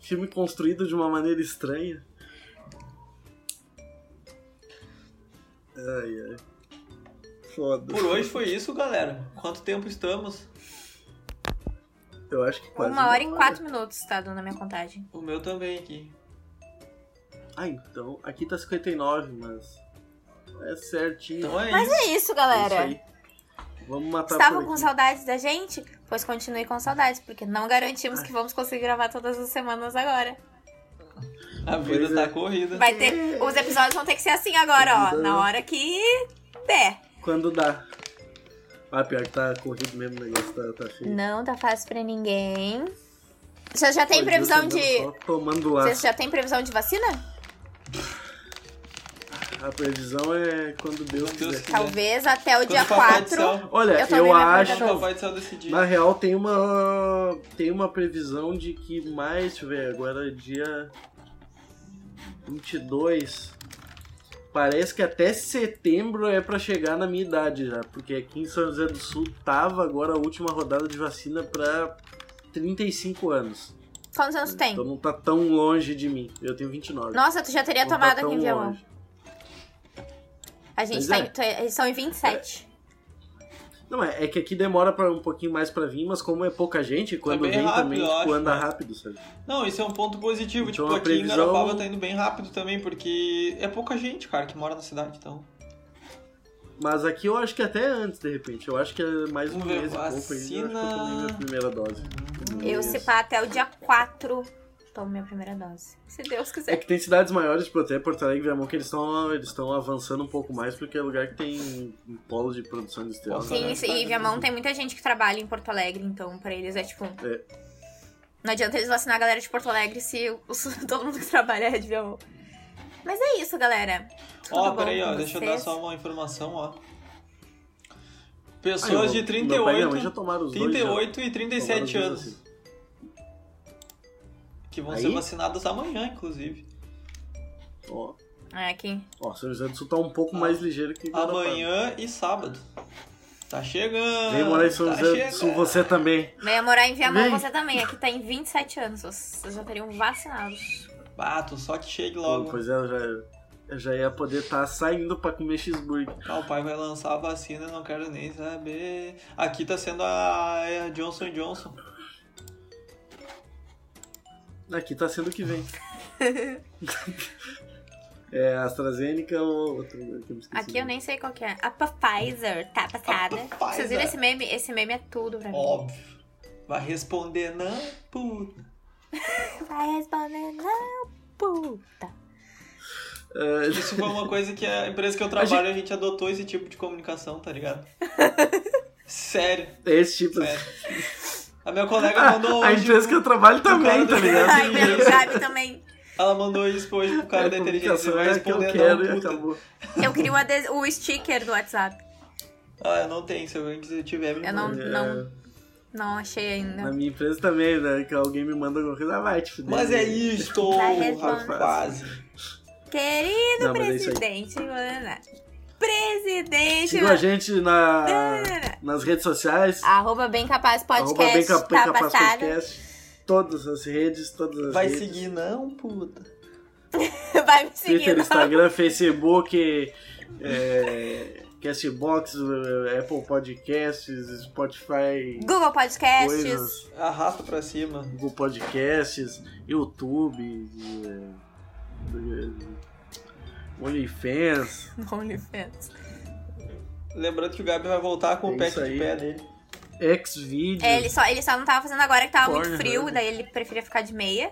[SPEAKER 3] Filme construído de uma maneira estranha. Ai, ai. Foda.
[SPEAKER 2] Por hoje foi isso, galera. Quanto tempo estamos?
[SPEAKER 3] Eu acho que quase.
[SPEAKER 1] Uma hora e quatro minutos tá dando a minha contagem.
[SPEAKER 2] O meu também aqui.
[SPEAKER 3] Ah, então. Aqui tá 59, mas. É certinho.
[SPEAKER 2] Então é isso.
[SPEAKER 1] É isso,
[SPEAKER 3] É isso
[SPEAKER 1] galera.
[SPEAKER 3] aí. Vamos matar
[SPEAKER 1] Estavam
[SPEAKER 3] por
[SPEAKER 1] com
[SPEAKER 3] aqui.
[SPEAKER 1] saudades da gente? Pois continue com saudades, porque não garantimos que vamos conseguir gravar todas as semanas agora.
[SPEAKER 2] A vida
[SPEAKER 3] Pois
[SPEAKER 2] tá
[SPEAKER 3] é.
[SPEAKER 2] corrida.
[SPEAKER 1] Vai ter. Os episódios vão ter que ser assim agora, ó. Na hora que der.
[SPEAKER 3] Quando dá. Ah, pior que tá corrido mesmo o negócio, tá, tá feio.
[SPEAKER 1] Não tá fácil pra ninguém. Vocês já
[SPEAKER 3] Pô,
[SPEAKER 1] têm
[SPEAKER 3] duas
[SPEAKER 1] previsão
[SPEAKER 3] semanas
[SPEAKER 1] de.
[SPEAKER 3] Só tomando
[SPEAKER 1] Vocês
[SPEAKER 3] laço.
[SPEAKER 1] já têm previsão de vacina?
[SPEAKER 3] A previsão é quando Deus quiser.
[SPEAKER 1] Talvez até o dia
[SPEAKER 2] Quando o Papai do
[SPEAKER 1] 4.
[SPEAKER 2] Céu-
[SPEAKER 3] Olha,
[SPEAKER 1] Eu
[SPEAKER 3] eu,
[SPEAKER 1] também vou
[SPEAKER 3] acho.
[SPEAKER 2] Quando o Papai do Céu decidir.
[SPEAKER 3] Na real, tem uma. Tem uma previsão de que mais, deixa eu ver, agora é dia 22. Parece que até setembro é pra chegar na minha idade já, porque aqui em São José do Sul tava agora a última rodada de vacina pra 35 anos.
[SPEAKER 1] Quantos anos tu tem?
[SPEAKER 3] Então não tá tão longe de mim. Eu tenho 29.
[SPEAKER 1] Nossa, tu já teria
[SPEAKER 3] não
[SPEAKER 1] tomado aqui
[SPEAKER 3] tá tão
[SPEAKER 1] em Viamão.
[SPEAKER 3] longe.
[SPEAKER 1] A gente
[SPEAKER 3] Pois
[SPEAKER 1] tá
[SPEAKER 3] é.
[SPEAKER 1] em, tu- eles são em 27.
[SPEAKER 3] Não, é, é que aqui demora pra, um pouquinho mais pra vir, mas como é pouca gente, quando
[SPEAKER 2] bem
[SPEAKER 3] vem
[SPEAKER 2] rápido,
[SPEAKER 3] também
[SPEAKER 2] eu
[SPEAKER 3] tipo,
[SPEAKER 2] acho,
[SPEAKER 3] anda
[SPEAKER 2] né?
[SPEAKER 3] rápido, sabe?
[SPEAKER 2] Não, isso é um ponto positivo.
[SPEAKER 3] Então,
[SPEAKER 2] tipo,
[SPEAKER 3] a
[SPEAKER 2] aqui
[SPEAKER 3] previsão-
[SPEAKER 2] em Garopaba tá indo bem rápido também, porque é pouca gente, cara, que mora na cidade, então.
[SPEAKER 3] Mas aqui eu acho que até antes, de repente. Eu acho que é mais um
[SPEAKER 2] Vamos ver,
[SPEAKER 3] mês e pouco aí. Eu acho que eu tomei
[SPEAKER 2] vacina.
[SPEAKER 3] minha primeira dose.
[SPEAKER 1] Uhum. Eu,
[SPEAKER 3] Isso.
[SPEAKER 1] se pá, até o dia 4 tomo minha primeira dose. Se Deus
[SPEAKER 3] É
[SPEAKER 1] quiser.
[SPEAKER 3] que tem cidades maiores, tipo, até Porto Alegre e Viamão, que eles estão eles tão avançando um pouco mais, porque é lugar que tem um polo de produção industrial.
[SPEAKER 2] Sim,
[SPEAKER 3] né?
[SPEAKER 1] Sim, sim, e Viamão tem muita gente que trabalha em Porto Alegre, então pra eles é tipo.
[SPEAKER 3] É.
[SPEAKER 1] Não adianta eles vacinar a galera de Porto Alegre se os- todo mundo que trabalha é de Viamão. Mas é isso, galera. Tudo
[SPEAKER 2] Ó,
[SPEAKER 1] bom
[SPEAKER 2] peraí, ó,
[SPEAKER 1] com
[SPEAKER 2] deixa eu dar
[SPEAKER 1] vocês?
[SPEAKER 2] só uma informação, ó.
[SPEAKER 3] Ah, eu-
[SPEAKER 2] Pessoas de
[SPEAKER 3] meu pai e minha mãe
[SPEAKER 2] 38,
[SPEAKER 3] já tomaram os dois, já.
[SPEAKER 2] 38 e
[SPEAKER 3] Tomaram os
[SPEAKER 2] 37
[SPEAKER 3] dois,
[SPEAKER 2] anos.
[SPEAKER 3] assim.
[SPEAKER 2] Que vão
[SPEAKER 3] Aí?
[SPEAKER 2] ser vacinadas amanhã, inclusive.
[SPEAKER 3] Ó,
[SPEAKER 2] um-
[SPEAKER 1] É, aqui.
[SPEAKER 3] ó, São José do Sul tá um pouco mais ligeiro que Guarapava.
[SPEAKER 2] Ah, Amanhã e sábado. Tá chegando.
[SPEAKER 3] Vem morar em São
[SPEAKER 2] tá
[SPEAKER 3] José do Sul,
[SPEAKER 2] chegando.
[SPEAKER 3] você também.
[SPEAKER 1] Venha morar em Viamão
[SPEAKER 3] Vem.
[SPEAKER 1] você também. Aqui tá em 27 anos. Vocês já teriam vacinados.
[SPEAKER 2] Ah, tu só que chegue
[SPEAKER 3] Pô,
[SPEAKER 2] logo.
[SPEAKER 3] Pois é, eu já, eu já ia poder estar saindo pra comer cheeseburger.
[SPEAKER 2] Ah, o pai vai lançar a vacina, não quero nem saber. Aqui tá sendo a é a Johnson Johnson.
[SPEAKER 3] Aqui tá sendo o que vem. é AstraZeneca ou outro né, que eu me esqueci.
[SPEAKER 1] Aqui eu nem sei qual que é. A Pfizer tá passada.
[SPEAKER 2] A Pfizer.
[SPEAKER 1] Vocês viram esse meme? Esse meme é tudo pra mim.
[SPEAKER 2] Óbvio. Vai responder não, puta.
[SPEAKER 1] Vai responder não, puta.
[SPEAKER 3] É,
[SPEAKER 2] Isso foi uma coisa que a empresa que eu trabalho, a gente adotou esse tipo de comunicação, tá ligado? Sério,
[SPEAKER 3] esse tipo. Ah,
[SPEAKER 2] sério. A minha colega mandou
[SPEAKER 3] a
[SPEAKER 2] É. hoje.
[SPEAKER 3] empresa que eu trabalho também,
[SPEAKER 2] cara
[SPEAKER 3] tá
[SPEAKER 2] do-
[SPEAKER 3] ligado?
[SPEAKER 1] Ai, meu Gabi também.
[SPEAKER 2] Ela mandou isso hoje pro cara
[SPEAKER 3] A
[SPEAKER 2] da inteligência.
[SPEAKER 3] comunicação
[SPEAKER 2] Vai
[SPEAKER 3] é a que eu
[SPEAKER 2] responder
[SPEAKER 3] quero e
[SPEAKER 2] não, puta.
[SPEAKER 3] acabou.
[SPEAKER 1] Eu queria o, ades- o sticker do WhatsApp.
[SPEAKER 2] Ah, eu não tenho. Se alguém quiser tiver, me
[SPEAKER 1] Eu não,
[SPEAKER 2] manda.
[SPEAKER 3] É,
[SPEAKER 1] não, não achei ainda.
[SPEAKER 3] Na minha empresa também, né? Que alguém me manda alguma coisa, ah, vai te fuder.
[SPEAKER 2] Mas é isto,
[SPEAKER 1] Vai responder.
[SPEAKER 2] rapaz.
[SPEAKER 1] Querido
[SPEAKER 3] Não, mas é isso aí.
[SPEAKER 1] presidente, Lana. Presidente,
[SPEAKER 3] Sigam a gente na,
[SPEAKER 1] Lana.
[SPEAKER 3] nas redes sociais.
[SPEAKER 1] Arroba Bem Capaz É. Ah, Podcast.
[SPEAKER 3] arroba bem Cap- Bem
[SPEAKER 1] tá
[SPEAKER 3] Capaz
[SPEAKER 1] passada.
[SPEAKER 3] Podcast. Todas as redes, todas as
[SPEAKER 2] Vai
[SPEAKER 3] redes.
[SPEAKER 2] seguir não, puta.
[SPEAKER 1] Vai me
[SPEAKER 3] Twitter,
[SPEAKER 1] seguir. não.
[SPEAKER 3] Instagram, Facebook, é, Castbox, eh, Apple Podcasts, Spotify,
[SPEAKER 1] Google Podcasts.
[SPEAKER 3] coisas,
[SPEAKER 2] Arrasta pra cima.
[SPEAKER 3] Google Podcasts, YouTube, eh, OnlyFans.
[SPEAKER 1] OnlyFans.
[SPEAKER 2] Lembrando que o Gabi vai voltar com
[SPEAKER 3] É
[SPEAKER 2] o pack
[SPEAKER 3] isso aí.
[SPEAKER 2] de pé dele.
[SPEAKER 3] Xvideos,
[SPEAKER 1] É, ele, só, ele só não tava fazendo agora que tava muito
[SPEAKER 3] Pornhub.
[SPEAKER 1] frio, daí ele preferia ficar de meia.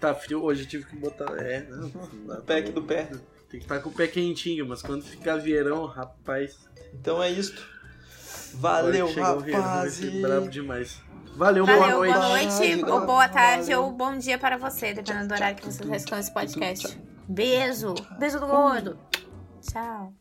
[SPEAKER 3] tá frio hoje, eu tive que botar. É, não, não dá
[SPEAKER 2] O pack
[SPEAKER 3] pra-
[SPEAKER 2] do pé.
[SPEAKER 3] Tem que estar com o pé quentinho, mas quando ficar verão, rapaz.
[SPEAKER 2] Então é isto.
[SPEAKER 3] a hora que
[SPEAKER 2] Valeu,
[SPEAKER 3] chegar o verão vai
[SPEAKER 2] rapaz.
[SPEAKER 3] ser brabo demais. Valeu, boa
[SPEAKER 1] Valeu,
[SPEAKER 3] noite.
[SPEAKER 1] boa noite,
[SPEAKER 2] Valeu.
[SPEAKER 1] ou boa tarde,
[SPEAKER 2] Valeu.
[SPEAKER 1] ou bom dia para você, tá dependendo do horário que você está escutando esse podcast. Beijo, beijo do gordo. Tchau.